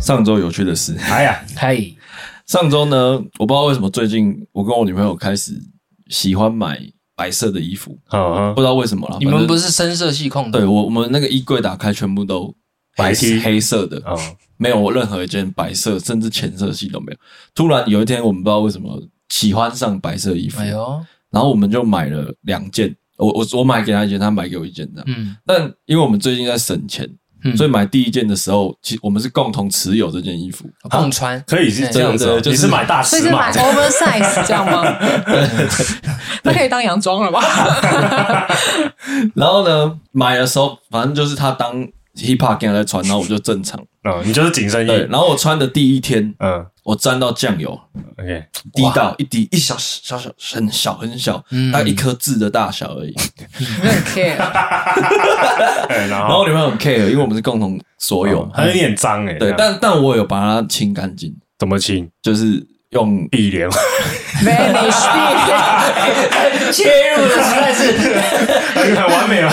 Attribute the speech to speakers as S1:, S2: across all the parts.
S1: 上周有趣的事。
S2: 哎呀，
S3: 嗨，
S1: 上周呢，我不知道为什么最近我跟我女朋友开始喜欢买白色的衣服，
S2: 嗯
S1: 不
S2: 哼，
S1: 知道为什么了。
S3: 你
S1: 反
S3: 们
S1: 正
S3: 不是深色系控的？
S1: 对我我们那个衣柜打开全部都
S2: 白
S1: 黑
S2: T
S1: 黑色的，
S2: 嗯，
S1: 没有任何一件白色甚至浅色系都没有。突然有一天，我们不知道为什么喜欢上白色衣服，
S3: 哎呦，
S1: 然后我们就买了两件。我我我买给她一件，她买给我一件这样。
S3: 嗯
S1: 但因为我们最近在省钱，
S3: 嗯，
S1: 所以买第一件的时候，其实我们是共同持有这件衣服。
S3: 共穿，
S2: 可以是这样子
S1: 对
S2: 哦，
S1: 就是
S2: 你是买大
S4: 所
S2: 尺
S4: 以是
S2: 码
S4: 买
S2: 的，
S4: oversize 这样吗？那可以当洋装了吧？
S1: 然后呢，买的时候反正就是她当 hip hop 给她在穿，然后我就正常。
S2: 嗯，你就是紧身
S1: 对，
S2: 衣，
S1: 然后我穿的第一天，
S2: 嗯
S1: 我沾到酱油，
S2: ，OK，
S1: 滴到一滴一小小小很小很小，
S3: 嗯
S1: 大概一颗痣的大小
S2: 哦
S1: 而已。
S4: 没有 care，
S2: 哎然
S1: 然
S2: 后
S1: 后女朋友很 care，因为我们是共同所有嘛。
S2: 还有点脏哦哎，这
S1: 对，
S2: 样
S1: 但但我有把它清干净，
S2: 怎么亲？
S1: 就是用
S2: 碧 莲，
S4: 没你是
S3: 切入的实在是
S2: 很完美啊，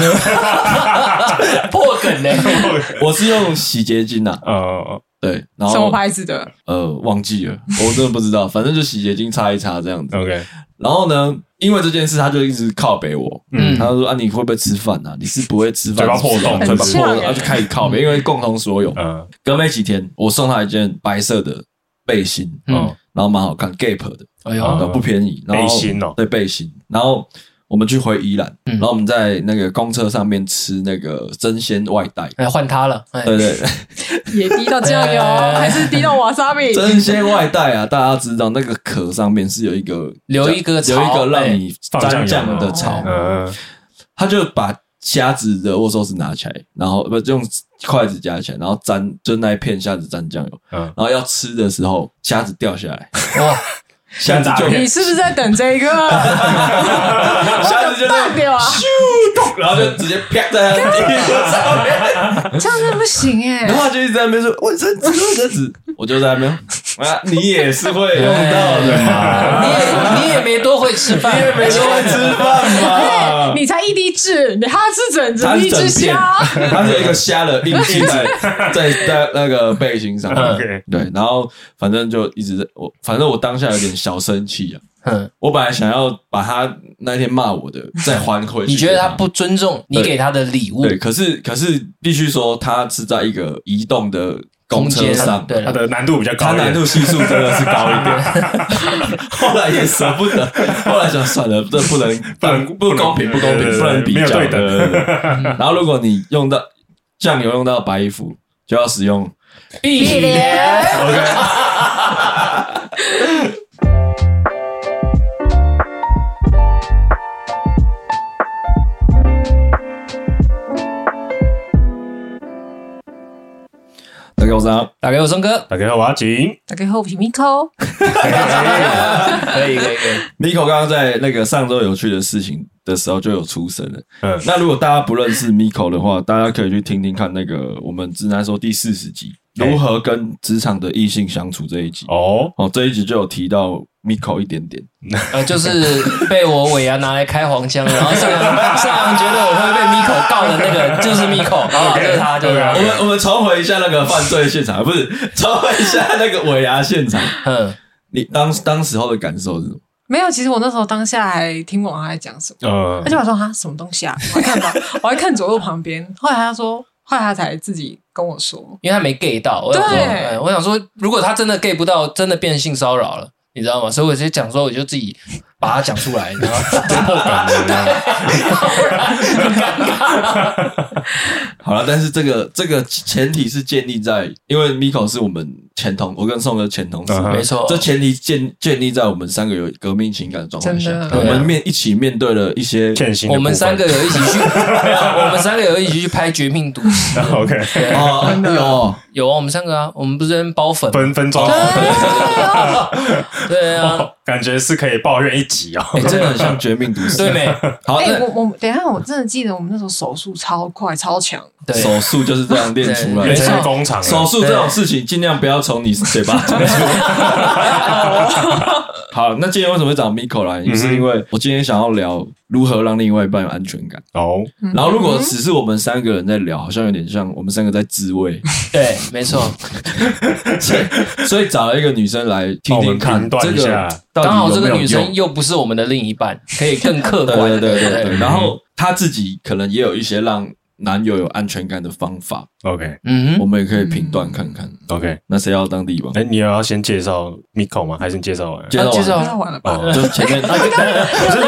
S3: 破梗嘞。
S1: 我是用洗洁精啊，
S2: 呃，
S1: 对，然
S4: 什么
S1: 后
S4: 牌子的？
S1: 呃忘记了，我真的不知道，反正就洗洁精擦一擦这样子。
S2: OK，
S1: 然后呢，因为这件事，他就一直靠北我，
S3: 嗯
S1: 他说啊你会不会吃饭啊？你是不会吃饭，
S2: 嘴巴
S1: 是不是
S2: 破洞
S1: 嘴巴破洞，
S4: 很呛欸
S1: 然后就开始靠北，因为共同所有。
S2: 嗯
S1: 隔没几天，我送他一件白色的背心，
S3: 嗯，
S1: 然后蛮好看，Gap 的，
S3: 哎
S1: 然
S3: 呦，
S1: 后不便宜。然后
S2: 背心哦
S1: 对背心。然后我们去回宜兰，然后我们在那个公车上面吃那个真鲜外带，
S3: 哎，换他了，哎
S1: 对对，对
S4: 也滴到酱油，还是滴到瓦萨比？
S1: 哎真鲜外带啊，大家知道那个壳上面是有一个
S3: 留一个
S1: 留一
S3: 槽
S1: 个让
S3: 哎
S1: 你
S2: 放
S1: 沾
S2: 酱油
S1: 酱的槽，
S2: 嗯，
S1: 他就把虾子的握寿司拿起来，然后不用筷子夹起来，然后沾就那一片虾子沾酱油，
S2: 嗯
S1: 然后要吃的时候虾子掉下来，
S3: 哇，
S1: 虾子就
S4: 你是不是在等这个？
S1: 虾子就
S4: 断
S1: 在
S4: 掉啊！
S1: 咚，然后就直接啪在他地 上面，
S4: 这样真的不行哎
S1: 然。后他就一直在那边说卫生纸卫生纸， 我就在那边啊，你也是会用到
S3: 哎
S1: 的 嘛，
S3: 你也你也没多会吃饭，
S1: 每次会吃饭嘛。
S4: 哎你才一滴痣，你他是整只
S1: 啊它是
S4: 一只
S1: 整片，
S4: 虾，
S1: 它是一个虾的印记在在在那个背心上面。
S2: OK
S1: 对，然后反正就一直在我，反正我当下有点小生气啊。
S3: 嗯，
S1: 我本来想要把他那天骂我的再还回去，
S3: 你觉得他不尊重你给他的礼物
S1: 对？可是可是必须说，他是在一个移动的公车
S3: 间
S1: 上，
S3: 啊对
S2: 它
S3: 了，
S2: 的难度比较
S1: 他
S2: 高一
S1: 难
S2: 点，
S1: 度系数真的是高一点。 后来也舍不得，后来想算了，这不能不能不公平，不公平，
S2: 对对对
S1: 不能比较。
S2: 没有对等
S1: 对对 然后如果你用到酱油用到白衣服，就要使用。
S3: 一 脸，
S1: 大家好，我是阿
S3: 打给我松哥，
S2: 大家好，我阿锦，
S4: 大概后皮 Miko，
S3: 可以可以可以，
S1: Miko 刚刚在那个上周有趣的事情的时候就有出声了。
S2: 嗯
S1: 那如果大家不认识 Miko 的话，大家可以去听听看那个我们直男说第四十集如何跟职场的异性相处这一集。
S2: 哦，
S1: 哦，这一集就有提到 Miko 一点点。
S3: 呃，就是被我尾牙拿来开黄腔，然后上扬上扬觉得我会被 Miko 告的那个，就是 Miko，啊，就是他，就是他
S1: 我，们我们重回一下那个犯罪现场，不是 重回一下那个尾牙现场。
S3: 嗯，
S1: 你当当时候的感受是什么？
S4: 没有。其实我那时候当下还听不懂他在讲什么，
S2: 呃
S4: 而，且我说哈什么东西啊？我还看吧，我还看左右旁边。后来他说，后来他才自己跟我说，
S3: 因为他没 gay 到，我想说，
S4: 对
S3: 哎我想说，如果他真的 gay 不到，真的变性骚扰了，你知道吗？所以我直接讲说，我就自己把它讲出来，然 后突破感，
S1: 好了，但是这个这个前提是建立在，因为 Miko 是我们前同，我跟宋哥前同事，
S2: 嗯哼
S3: 没错
S1: 这前提建建立在我们三个有革命情感的状况下
S4: 真，的
S1: 我们面一起面对了一些。
S2: 欠薪的
S3: 我
S2: 部分，
S3: 们三个有一起去，没有我们三个有一起去拍《绝命毒师》，
S2: OK，
S1: 哦，有
S3: 有啊，我们三个啊，我们不是在那边包粉吗，
S2: 分分装，
S3: 对啊，
S2: 感觉是可以抱怨一集哦。
S1: 哎，真的很像《绝命毒师》。
S3: 对没？
S1: 好，
S4: 哎、
S1: 哦那
S4: 我我等一下，我真的记得我们那时候手速超快超强，
S3: 对，
S1: 手术就是这样练出来的。
S2: 变
S3: 没错
S2: 成工厂了啊
S1: 手术这种事情，尽量不要从你嘴巴讲出 嗯来。好，那今天为什么会找 Miko 来？是因为我今天想要聊如何让另外一半有安全感。
S2: 哦，
S1: 然后如果只是我们三个人在聊，好像有点像我们三个在自 慰，
S3: 对，没错，
S1: 所以所以找一个女生来听
S2: 帮我
S1: 听
S2: 们
S1: 看
S2: 评断
S1: 这
S2: 一
S1: 个
S2: 下
S1: 到
S3: 刚好
S1: 底
S3: 这
S1: 有没
S3: 个
S1: 有
S3: 女生
S1: 用。
S3: 又不是我们的另一半，可以更客
S1: 对
S3: 观。
S1: 对对对
S3: 不
S1: 对，然后她自己可能也有一些让男友有安全感的方法，
S2: OK
S3: 嗯
S1: 我
S3: 哼，
S1: 们也可以评断看看。
S2: OK，
S1: 那谁要当帝王？
S2: 哎，你有要先介绍 Miko 吗？还是你介 绍完？
S1: 介绍
S3: 啊介绍
S1: 完
S4: 不要玩了吧？
S2: 哦，
S1: 就前 面
S2: 不是不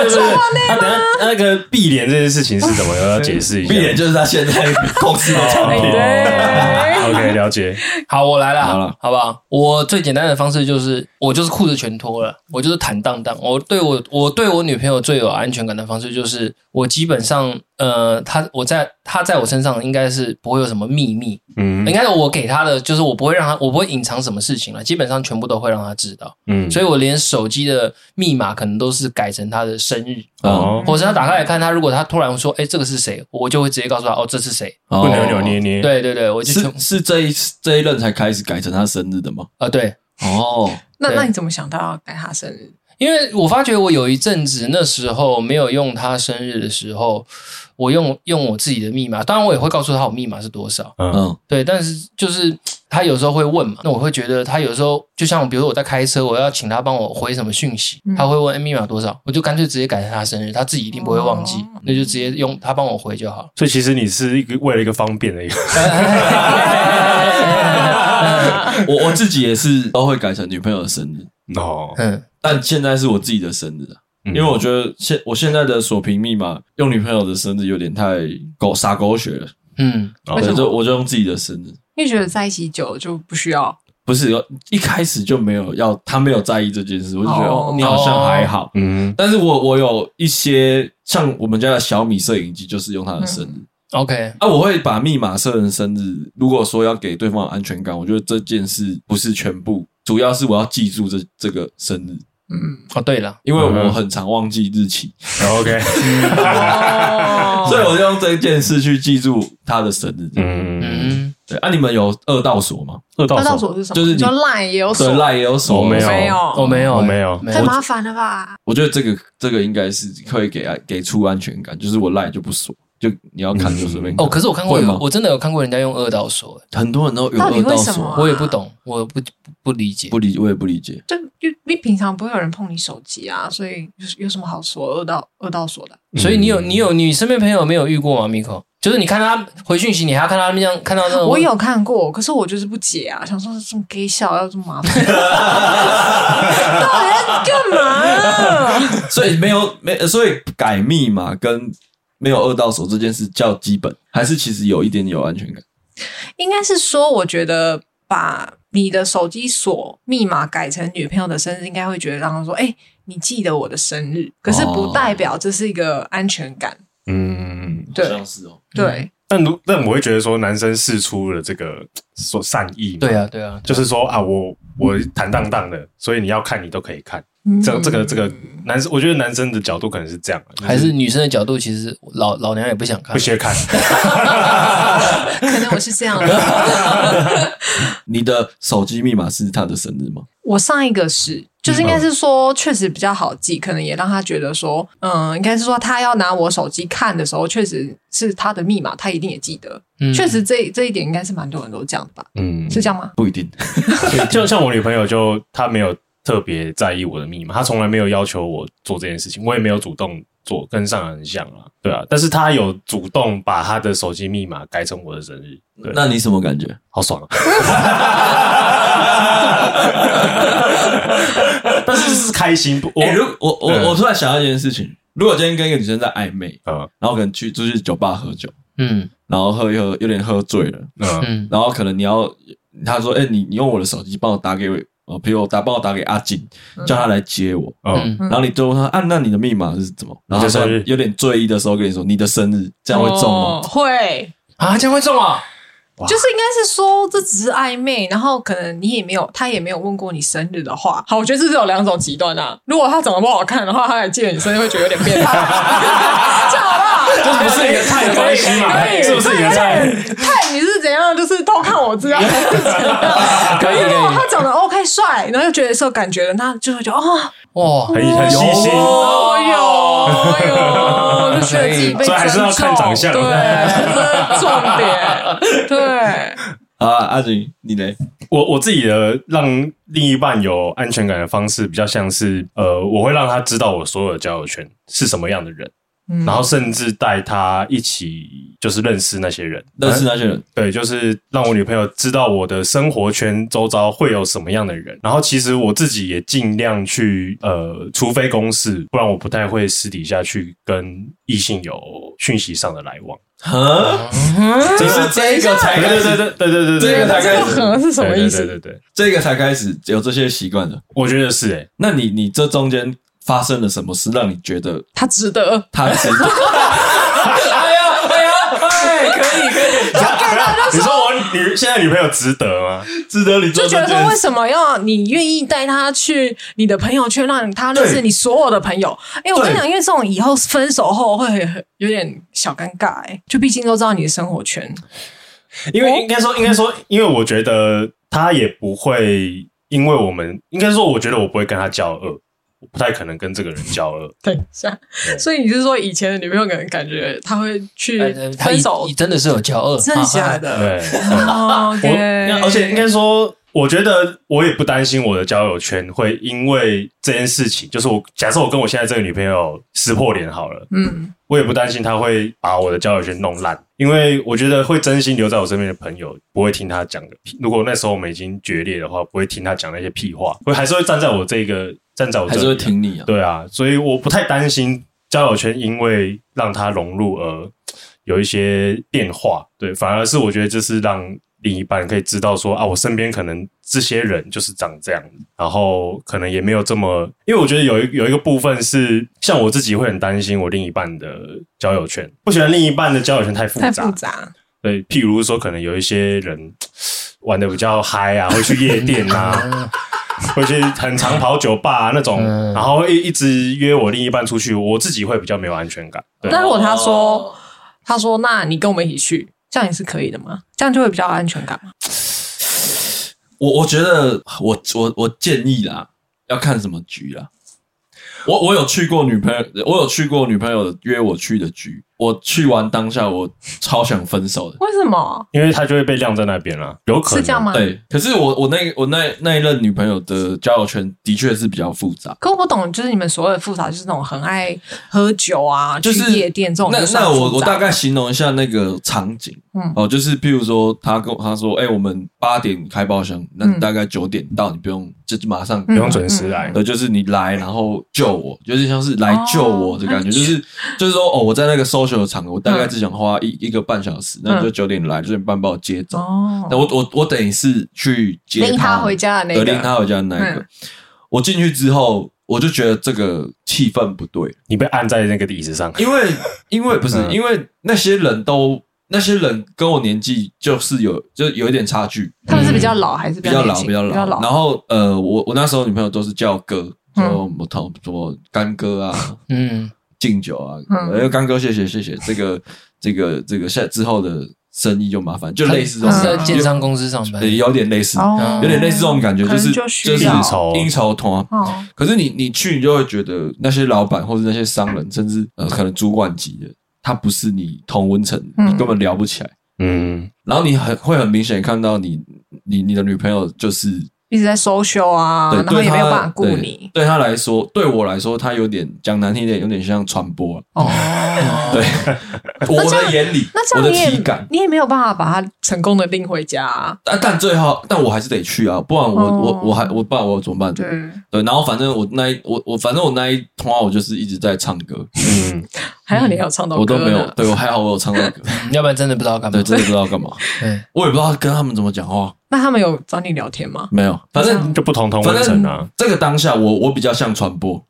S2: 是，那啊等一下那个闭脸这件事情是怎么？要解释 一下。
S1: 闭眼就是他现在公 司的产
S4: 哎
S1: 品。
S4: 对
S2: 哦 OK，了解。
S3: 好，我来了，
S1: 好了，
S3: 好不好？我最简单的方式就是，我就是裤子全脱了，我就是坦荡荡。我对我，我对我女朋友最有安全感的方式就是，我基本上，呃，她我在她在我身上应该是不会有什么秘密，
S2: 嗯
S3: 应该是我给她的，就是我不会让她，我不会隐藏什么事情了，基本上全部都会让她知道。
S2: 嗯，
S3: 所以我连手机的密码可能都是改成她的生日，
S2: 哦，
S3: 或者是她打开来看，她如果她突然说，哎、这个是谁，我就会直接告诉她，哦，这是谁。
S1: 不
S2: 不扭扭捏捏。，
S3: 对对对，我就是全
S1: 是这一这一任才开始改成他生日的吗？
S3: 啊、对，
S1: 哦，
S4: 那
S3: 对
S4: 那你怎么想到要改他生日？
S3: 因为我发觉我有一阵子那时候没有用他生日的时候，我用用我自己的密码，当然我也会告诉他我密码是多少，
S2: 嗯。
S1: 嗯
S3: 对，但是就是他有时候会问嘛，那我会觉得他有时候就像比如说我在开车，我要请他帮我回什么讯息，
S4: 嗯
S3: 他会问、哎密码多少，我就干脆直接改成他生日，他自己一定不会忘记，
S4: 哦
S3: 那就直接用他帮我回就好了
S2: 所以其实你是一个为了一个方便的一个，
S1: 我我自己也是都会改成女朋友的生日，
S2: 哦，嗯
S3: 嗯，
S1: 但现在是我自己的生日啊，
S2: 因
S1: 因为我觉得现我现在的锁屏密码用女朋友的生日有点太狗傻狗血了，
S3: 嗯，
S2: 哦
S1: 对，就我就用自己的生日。
S4: 因为觉得在一起久了就不需要
S1: 不是，一开始就没有要他没有在意这件事，我就觉得、
S4: 哦
S1: 哦、你好像还好，
S2: 嗯
S1: 但是我我有一些像我们家的小米摄影机，就是用它的生日、
S3: ，OK，
S1: 啊，我会把密码设成生日。如果说要给对方有安全感，我觉得这件事不是全部，主要是我要记住这这个生日，
S4: 嗯
S3: 哦对了，
S1: 因为
S2: 嗯
S1: 我
S2: 哼
S1: 很常忘记日期，
S2: ，OK，
S1: 所 以
S4: 哦，
S1: 我就用这件事去记住他的生日。嗯，
S2: 嗯，
S3: 嗯，
S1: 对啊，你们有二道锁吗？
S2: 二
S4: 那到
S2: 道手
S4: 锁是什
S1: 哦
S4: 么？
S1: 就是你
S4: 就赖也有锁
S1: 对，，赖也有锁，
S2: 我没有
S4: 没
S3: 我、
S4: 有，
S3: 哦没有，
S2: 我哦没有
S4: 太麻烦了吧？
S1: 我觉得这个这个应该是可以给安给出安全感，就是我赖就不锁，就你要看就随便看
S3: 哦，可是我看过
S1: 会
S3: 有
S1: 吗，
S3: 我真的有看过人家用二道锁，
S1: 很多人都有
S4: 到底
S1: 二道
S4: 为什么啊
S1: 锁，
S3: 我也不懂，我不不理解。
S1: 不理我也不理解。
S4: 就就因为平常不会有人碰你手机啊，所以有有什么好锁二道二道锁的？啊
S3: 所以你
S2: 嗯
S3: 有你有你身边朋友没有遇过吗，Miko？就是你看他回讯息，你还要看他那样看到那
S1: 嗯
S3: 种
S4: 我有看过，可是我就是不解啊，想说这么 gay 笑要这么 麻烦，到底在干嘛？
S1: 所以没有没，呃所以改密码跟没有二到手这件事叫基本，还是其实有一点有安全感？
S4: 应该是说，我觉得把你的手机锁密码改成女朋友的生日，应该会觉得让他说，哎、你记得我的生日，可是
S1: 哦
S4: 不代表这是一个安全感。
S2: 嗯，
S4: 对
S1: 好像是哦。
S4: 对，
S2: 但如但我会觉得说男生试出了这个说善意，
S3: 对，啊对啊，
S2: 就是说啊，我我坦荡荡的，所以你要看你都可以看。这这个这个男生，我觉得男生的角度可能是这样，就
S3: 还是女生的角度，其实老老娘也不想看
S2: 不。屑看。
S4: 可能我是这样的。
S1: 你的手机密码是他的生日吗？
S4: 我上一个是，就是
S1: 嗯
S4: 应该是说，确实比较好记，可能也让他觉得说，嗯，应该是说他要拿我手机看的时候，确实是他的密码，他一定也记得。
S3: 嗯
S4: 确，实这这一点应该是蛮多人都这样的吧？
S2: 嗯，
S4: 是这样吗？
S1: 不一定。
S2: 就像我女朋友就她没有特别在意我的密码，她从来没有要求我做这件事情，我也没有主动做，跟上很像啊，对啊，但是她有主动把她的手机密码改成我的生日，对，
S1: 那你什么感 觉？
S2: 好爽啊！ 但是是开心，不我
S1: 我哎如我我我突然想到一件事情，如果今天跟一个女生在暧昧，
S2: 嗯
S1: 然后可能去出去酒吧喝酒，
S3: 嗯
S1: 然后喝一喝有点喝醉了，
S2: 嗯
S3: 嗯
S1: 然后可能你要他说，哎、你你用我的手机帮我打给我，呃，比如我打帮我打给阿锦，叫他来接我。
S2: 嗯，
S3: 嗯
S1: 然后你就问他啊，那你的密码是怎么？然后
S2: 你的
S1: 他
S2: 生日
S1: 有点醉意的时候跟你说你的生日，这样会中
S4: 哦
S1: 吗？
S4: 会，
S3: 啊，这样会中啊？
S2: 哇
S4: 就是应该是说这只是暧昧，然后可能你也没有，他也没有问过你生日的话。好，我觉得这是有两种极端啊。如果他长得不好看的话，他来记得你生日会觉得有点 变态，这样好不好？
S2: 这不是你的菜的关系嘛？
S4: 可以
S2: 是不是你的菜？
S4: 看你是怎样，就是偷看我资 料。
S3: 可以可
S4: 如果他
S3: 以，
S4: 长得 OK 帅，然后又觉得是有感觉的，那就会觉得哦，
S3: 哇，
S2: 很很细心，
S4: 哦有哎呦，就觉得自己被
S2: 所以还是要看长相
S4: 尊重对，这是重点，对。
S1: 啊，阿锦，你嘞？
S2: 我我自己的让另一半有安全感的方式，比较像是呃，我会让他知道我所有的交友圈是什么样的人，
S4: 嗯
S2: 然后甚至带他一起就是认识那些人，嗯
S1: 认识那些人，
S2: 对，就是让我女朋友知道我的生活圈周遭会有什么样的人。然后其实我自己也尽量去呃，除非公事，不然我不太会私底下去跟异性有讯息上的来往。
S1: 啊，
S4: 嗯
S1: 就是这个才
S2: 对
S1: 开
S2: 对对
S1: 始，
S2: 对对对对，
S1: 这个才开
S4: 这
S1: 始
S4: 个“是什么意
S2: 对
S4: 思？
S2: 对对对，
S1: 这个才开始有这些习惯的。
S2: 我觉得是哎诶、
S1: 那你你这中间发生了什么事，让你觉得
S4: 他值得，
S1: 他值得？
S3: 哎，可以可以，
S2: 你说我女现在女朋友值得吗？
S1: 值得你做
S4: 就觉
S1: 这
S4: 得
S1: 件
S4: 说为
S1: 事？
S4: 什么要你愿意带他去你的朋友圈，让他认识
S1: 对
S4: 你所有的朋友？哎，我跟你
S1: 对
S4: 讲，因为这种以后分手后会很有点小尴尬，哎，就毕竟都知道你的生活圈，
S2: 因
S4: 哦
S2: 为应该说，应该说，因为我觉得他也不会，因为我们应该说，我觉得我不会跟他交恶，我不太可能跟这个人交 恶。
S4: 等一下，所以你是说以前的女朋友可能感觉她会去
S3: 哎他
S4: 分手
S3: 你，真的是有骄傲，啊
S4: 真的啊假
S3: 的？
S4: 的？
S2: 对，
S4: 哦
S2: 我
S4: OK
S2: 而且应该说，我觉得我也不担心我的交友圈会因为这件事情，就是我假设我跟我现在这个女朋友撕破脸好了，
S4: 嗯，
S2: 我也不担心她会把我的交友圈弄烂，因为我觉得会真心留在我身边的朋友不会听她讲的屁。如果那时候我们已经决裂的话，不会听她讲那些屁话，会还是会站在我这个站在我这
S1: 还
S2: 里啊
S1: 是会挺你啊？
S2: 对啊，所以我不太担心交友圈因为让它融入而有一些变化。对，反而是我觉得就是让另一半可以知道说啊，我身边可能这些人就是长这样，然后可能也没有这么，因为我觉得有一有一个部分是像我自己会很担心我另一半的交友圈，不喜欢另一半的交友圈太复
S4: 太
S2: 杂
S4: 复，杂，
S2: 对，譬如说，可能有一些人玩的比较嗨 啊，会去夜店啊，会去很常跑酒吧、啊、那种，
S3: 嗯
S2: 然后一一直约我另一半出去，我自己会比较没有安全感。对，
S4: 但如果他说，他说那你跟我们一起去，这样也是可以的吗？这样就会比较有安全感吗？
S1: 我我觉得我我我建议啦，要看什么局啦。我我有去过女朋友，我有去过女朋友约我去的局。我去完当下，我超想分手的。
S4: 为什么
S2: 因为他就会被晾在那边了，有可能
S4: 是这样？吗？
S1: 对，可是我我那我那那一任女朋友的交友圈的确是比较复杂，
S4: 可我不懂，就是你们所谓的复杂，就是那种很爱喝酒啊，
S1: 就是
S4: 去夜店这种
S1: 那
S4: 就算
S1: 那
S4: 复杂。
S1: 我我大概形容一下那个场景，
S4: 嗯
S1: 哦，就是譬如说他跟我他说，哎、我们八点开包厢，那你
S4: 嗯
S1: 大概九点到，你不用就就马上
S4: 嗯
S2: 不用准时来。
S1: 对，呃就是你来，然后救我，就是像是来救我的感觉，
S4: 哦
S1: 就是就是说，哦，我在那个 social 的场合，我大
S4: 嗯
S1: 概只想花一、一个半小时，那你就九点来，九点半把我接走。
S4: 哦
S1: 那、，我我我等于是去接
S4: 拎他回家的那个
S1: 嗯对拎他回家的那一个。
S4: 嗯
S1: 我进去之后，我就觉得这个气氛不对，
S2: 你被按在那个椅子上，
S1: 因为因为不
S4: 嗯
S1: 是、因为那些人都那些人跟我年纪就是有就有一点差距，
S4: 他们是比较老还是
S1: 比较
S4: 年
S1: 老，
S4: 轻
S1: 比较老。
S4: 比较
S1: 然
S4: 老？
S1: 后呃，我我那时候女朋友都是叫哥，
S4: 嗯
S1: 说我同什么干哥 啊、
S3: 嗯，
S1: 敬酒啊，
S4: 嗯
S1: 哎、干哥谢谢谢谢，这个这个这个下之后的生意就麻烦，就类似这
S3: 他
S1: 种
S3: 是在
S1: 感觉，
S3: 建商公司上班
S1: 呃，有点类似，
S4: 呃哦
S1: 有点类似这种感觉，
S4: 可
S1: 就
S4: 能
S1: 是
S4: 就是需要
S2: 应酬
S1: 应酬团。
S4: 哦，
S1: 可是你你去，你就会觉得那些老板或者那些商人，甚至呃可能主管级的，他不是你同温层，
S4: 嗯
S1: 你根本聊不起来。
S2: 嗯，
S1: 然后你很会很明显看到你你你的女朋友就是
S4: 一直在 social 啊，
S1: 对，
S4: 然后
S1: 对
S4: 也没有
S1: 他
S4: 办法顾
S1: 对
S4: 你。
S1: 对他来说，对我来说，他有点讲难听一点，有点像传播、 啊。
S4: 哦，
S1: 对，我的眼里，
S4: 那这
S1: 我
S4: 样
S1: 的
S4: 你
S1: 体
S4: 也
S1: 感。
S4: 你也没有办法把他成功的拎回家、啊。
S1: 但但最后，但我还是得去啊，不然我、
S4: 哦
S1: 我我还我不然我怎么办？
S4: 对，
S1: 对，然后反正我那一我我反正我那一通话我就是一直在唱歌，
S2: 嗯，
S4: 还好你还有唱到
S1: 嗯我
S4: 歌
S1: 都没有
S4: 呢，
S1: 对我还好我有唱到歌，
S3: 嗯要不然真的不知道干嘛
S1: 对，。真的不知道干嘛，
S3: 对，
S1: 我也不知道跟他们怎么讲话，
S4: 那他们有找你聊天吗？
S1: 没有，反正
S2: 就不同同
S1: 反
S2: 温层啊
S1: 正。这个当下我我比较像传播，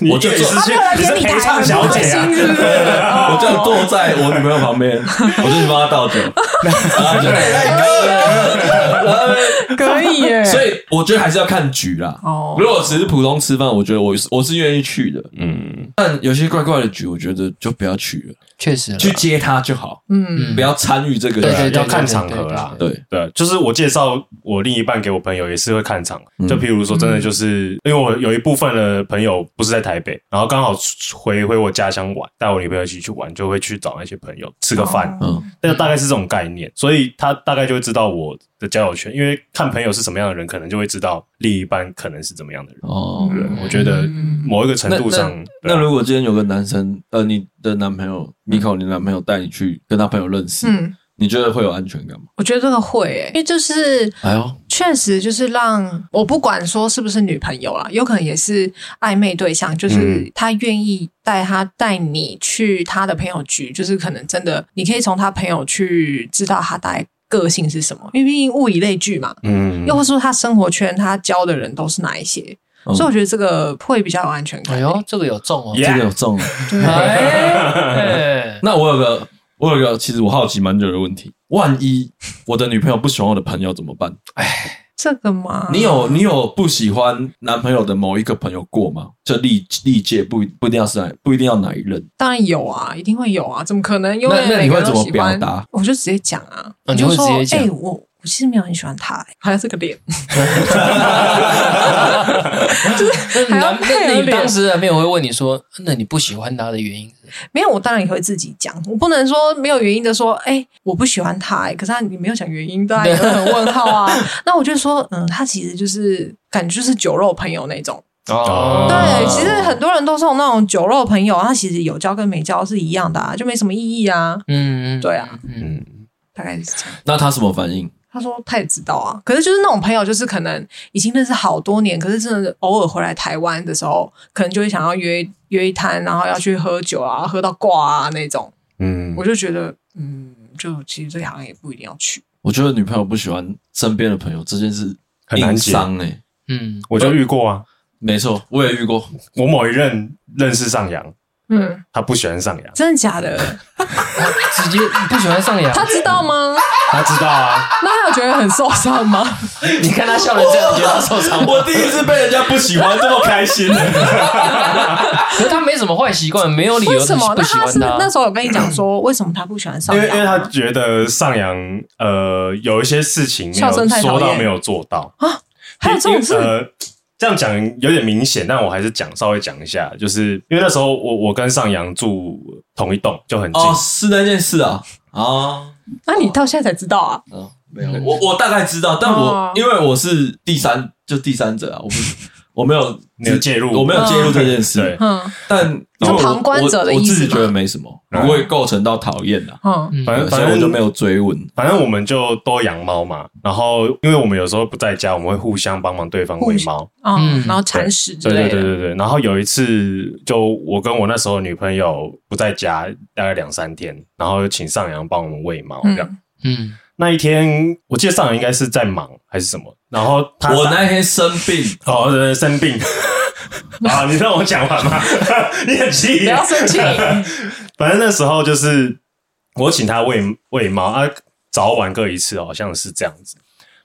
S2: 你
S1: 我就
S2: 也是
S1: 他
S2: 去
S4: 没有来
S2: 你是
S4: 给你
S2: 陪
S4: 台
S2: 唱
S4: 很
S2: 小
S4: 不 开
S2: 姐啊
S4: 心，是不是？
S1: 我就坐在我女朋友旁边，我就去帮她倒酒，哎然后 就
S4: 哎 哦可以耶。
S1: 所以我觉得还是要看局啦。
S4: 哦
S1: 如果只是普通吃饭，我觉得我是我是愿意去的。
S2: 嗯，
S1: 但有些怪怪的局，我觉得就不要去了，
S3: 确实啦，
S1: 去接他就好，
S4: 嗯，
S1: 不要参与这个
S3: 对
S1: 局
S3: 对对
S2: 要看场合啦
S3: 对对对
S1: 对，
S2: 对，就是我介绍我另一半给我朋友，也是会看场
S1: 嗯。
S2: 就譬如说，真的就是因为我有一部分的朋友不是在台北，然后刚好出回回我家乡玩，带我女朋友一起去玩，就会去找那些朋友吃个饭。
S1: 嗯，
S2: 那大概是这种概念，所以他大概就会知道我的交友圈，因为看朋友是什么样的人，可能就会知道另一半可能是怎么样的人。
S1: 哦。
S2: 对，我觉得某一个程度上，对
S1: 那
S2: 啊
S1: 如果今天有个男生，呃，你的男朋友 Miko，你男朋友带你去跟他朋友认识，
S4: 嗯，
S1: 你觉得会有安全感吗？
S4: 我觉得这个会耶，因为就是
S1: 哎呦，
S4: 确实就是让我不管说是不是女朋友啦，有可能也是暧昧对象，就是
S2: 嗯
S4: 他愿意带他带你去他的朋友局，就是可能真的你可以从他朋友去知道他大概个性是什么，因为毕竟物以类聚嘛，
S2: 嗯
S4: 又或是说他生活圈他交的人都是哪一些，
S1: 嗯
S4: 所以我觉得这个会比较有安全感。
S3: 哎呦，这个有中哦，
S1: 这
S2: Yeah
S1: 个有中了。
S3: 哎，哎
S1: 那我有个，我有个，其实我好奇蛮久的问题：万一我的女朋友不喜欢我的朋友怎么办？
S4: 这个嘛，
S1: 你有你有不喜欢男朋友的某一个朋友过吗？就历历届不不一定要是哪不一定要哪一任，
S4: 当然有啊，一定会有啊，怎么可能？因为
S1: 那那你
S4: 每个
S1: 会
S4: 人
S1: 怎
S4: 都
S1: 么
S4: 喜欢
S1: 表达？
S4: 我就直接讲啊，
S3: 哦
S4: 我
S3: 你
S4: 就
S3: 会
S4: 说，
S3: 直接讲
S4: 哎、我我其实没有很喜欢他、欸，还有这个脸， 就是还要
S3: 那
S4: 配
S3: 那
S4: 合
S3: 你当
S4: 脸。
S3: 时没有会问你说，那你不喜欢他的原因是什么？
S4: 没有，我当然也会自己讲，我不能说没有原因的说，哎、我不喜欢他、欸，可是他你没有讲原因，大家也会很问号 啊。那我就说，嗯，他其实就是感觉就是酒肉朋友那种。
S2: 哦
S4: 对，其实很多人都是有那种酒肉朋友，他其实有交跟没交是一样的啊，就没什么意义啊。
S3: 嗯，
S4: 对啊，
S3: 嗯，
S2: 嗯，
S4: 大概是这样。
S1: 那他什么反应？
S4: 他说他也知道啊，可是就是那种朋友，就是可能已经认识好多年，可是真的偶尔回来台湾的时候，可能就会想要约约一摊，然后要去喝酒啊，喝到挂啊那种。
S2: 嗯
S4: 我就觉得，嗯，就其实这行也不一定要去。
S1: 我觉得女朋友不喜欢身边的朋友这件事
S2: 很难
S1: 硬
S2: 解
S1: 伤哎，
S3: 嗯，
S2: 我就遇过啊，
S1: 没错，我也遇 过，
S2: 我某一任认识上扬，
S4: 嗯，
S2: 他不喜欢上扬，
S4: 真的假的？
S3: 直接不喜欢上扬，
S4: 他知道 吗？
S2: 他知道 啊，
S4: 那他有觉得很受伤吗？
S3: 你看他笑成这样，你觉得他受
S2: 啊
S3: 伤吗？
S1: 我第一次被人家不喜欢这么开 心，
S3: 可是他没什么坏习惯，没有理
S4: 为
S3: 由
S4: 什么？
S3: 不
S4: 那
S3: 喜
S4: 他
S3: 欢
S4: 是那
S3: 他。
S4: 时候有跟你讲说，为什么他不喜欢上
S2: 因
S4: 扬
S2: 为
S4: 吗？
S2: 因为他觉得上扬呃有一些事情没
S4: 笑声
S2: 有
S4: 太讨厌
S2: 说到没有做到，
S4: 还有这种事
S2: 因为呃，这样讲有点明显，但我还是讲稍微讲一下，就是因为那时候我我跟上阳住同一栋，就很近。
S1: 哦，是那件事啊啊。
S4: 那你到现在才知道啊？
S1: 啊，没
S2: 嗯
S1: 有，我我大概知道，但我、
S4: 哦
S1: 因为我是第三，就第三者啊，我不是我没有
S2: 没有介入
S1: 我没有介入这件事，
S2: 对
S4: 嗯
S1: 但
S4: 你
S1: 因为
S4: 是
S1: 我
S4: 旁观者的
S1: 我
S4: 意
S1: 我
S4: 思
S1: 自己
S4: 吗
S1: 觉得没什么，不会构成到讨厌的，
S4: 嗯
S2: 嗯
S3: 嗯
S2: 反正
S1: 所
S2: 反
S1: 以
S2: 正
S1: 我就没有追问。
S2: 反正我们就都养猫嘛，然后因为我们有时候不在家，我们会互相帮忙对方喂猫。
S4: 嗯
S3: 嗯，
S4: 然后铲屎之
S2: 对
S4: 类
S2: 对对
S4: 的。
S2: 对对。然后有一次，就我跟我那时候女朋友不在家，大概两三天，然后请上阳帮我们喂猫。这样、
S4: 嗯，
S3: 嗯，
S2: 那一天，我记得上阳应该是在忙还是什么，然后他
S1: 我那天生病，
S2: 哦，对生 病。啊，你让我讲完嘛， 你很气
S4: 不。要生 气。
S2: 反正那时候就是我请他喂喂猫啊，早晚各一次，好像是这样子。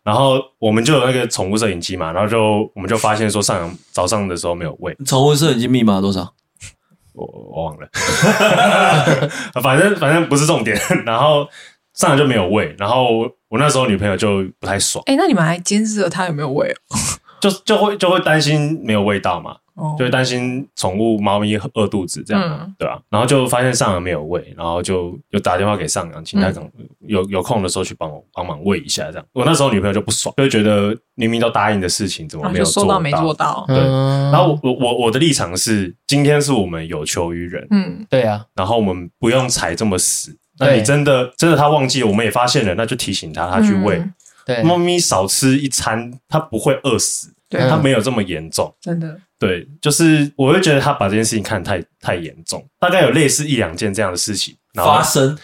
S2: 然后我们就有那个宠物摄影机嘛，然后就我们就发现说上阳早上的时候没有喂，
S1: 宠物摄影机密码多少？
S2: 我我忘了， 反正反正不是重点。然后上阳就没有喂，然后我那时候女朋友就不太爽，
S4: 哎，那你们还监视了他有没有喂哦？
S2: 就就会就会担心没有味道嘛，
S4: 哦
S2: 就会担心宠物猫咪饿肚子这样啊，
S4: 嗯
S2: 对啊，然后就发现上扬没有喂，然后就有打电话给上扬，请
S4: 嗯
S2: 他赶、有有空的时候去帮我帮忙喂一下这样。我那时候女朋友就不爽，就会觉得明明都答应的事情怎么
S4: 然后
S2: 没
S4: 哦啊就
S2: 有
S4: 说到没做到。
S2: 对
S3: 嗯
S2: 然后我我我我的立场是，今天是我们有求于人，
S4: 嗯，
S3: 对啊，
S2: 然后我们不用踩这么死。那
S3: 对
S2: 你真的真的他忘记了，我们也发现了，那就提醒他，他去喂
S4: 嗯
S3: 对，
S2: 猫、咪少吃一餐，它不会饿死，
S4: 对
S2: 它
S3: 嗯
S2: 没有这么严重。
S4: 真的，
S2: 对，就是我会觉得他把这件事情看得太太严重，大概有类似一两件这样的事情，然后
S1: 发生。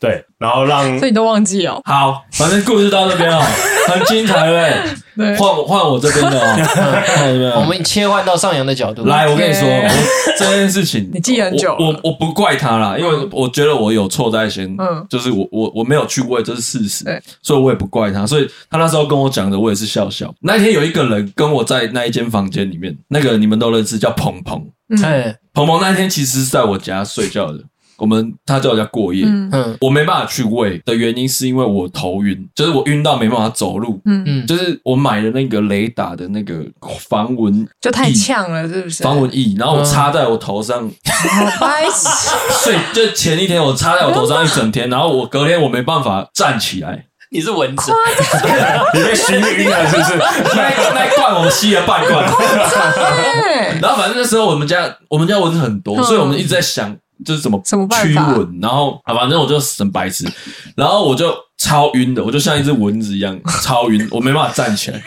S2: 对，然后让
S4: 所以你都忘记哦。
S1: 好，反正故事到这边哦，很精彩嘞。
S4: 对
S1: 换我换我这边的哦，换我这边
S3: 我
S1: 哦。
S3: 们切换到上扬的角度，
S1: 来，我跟你说，
S4: OK
S1: 我这件事情
S4: 你记很久了
S1: 我我我不怪他啦，因为我觉得我有错在先，
S4: 嗯
S1: 就是我我我没有去问，这是事实
S4: 对，
S1: 所以我也不怪他。所以他那时候跟我讲的，我也是笑笑。那天有一个人跟我在那一间房间里面，那个你们都认识，叫鹏鹏。
S3: 哎，
S1: 鹏鹏那天其实是在我家睡觉的，我们他在我家过夜，
S4: 嗯
S3: 嗯
S1: 我没办法去喂的原因是因为我头晕，就是我晕到没办法走路。
S4: 嗯，
S3: 嗯，
S1: 就是我买的那个雷达的那个防蚊
S4: 就太呛了，是不是？
S1: 防蚊液，然后我插在我头 上，
S4: 好白痴，啊
S1: 睡就前一天我插在我头上一整天，然后我隔天我没办法站起来，
S3: 你是蚊子，
S2: 你被熏晕了，是不是？
S1: 那那一罐我吸了半 罐，
S4: 对
S1: 然后反正那时候我们家我们家蚊子很多，
S4: 嗯
S1: 所以我们一直在想就是怎么
S4: 怎么办
S1: 驱
S4: 法
S1: 蚊，然后啊反正我就很白痴，然后我就超晕的，我就像一只蚊子一 样超晕，我没办法站起来。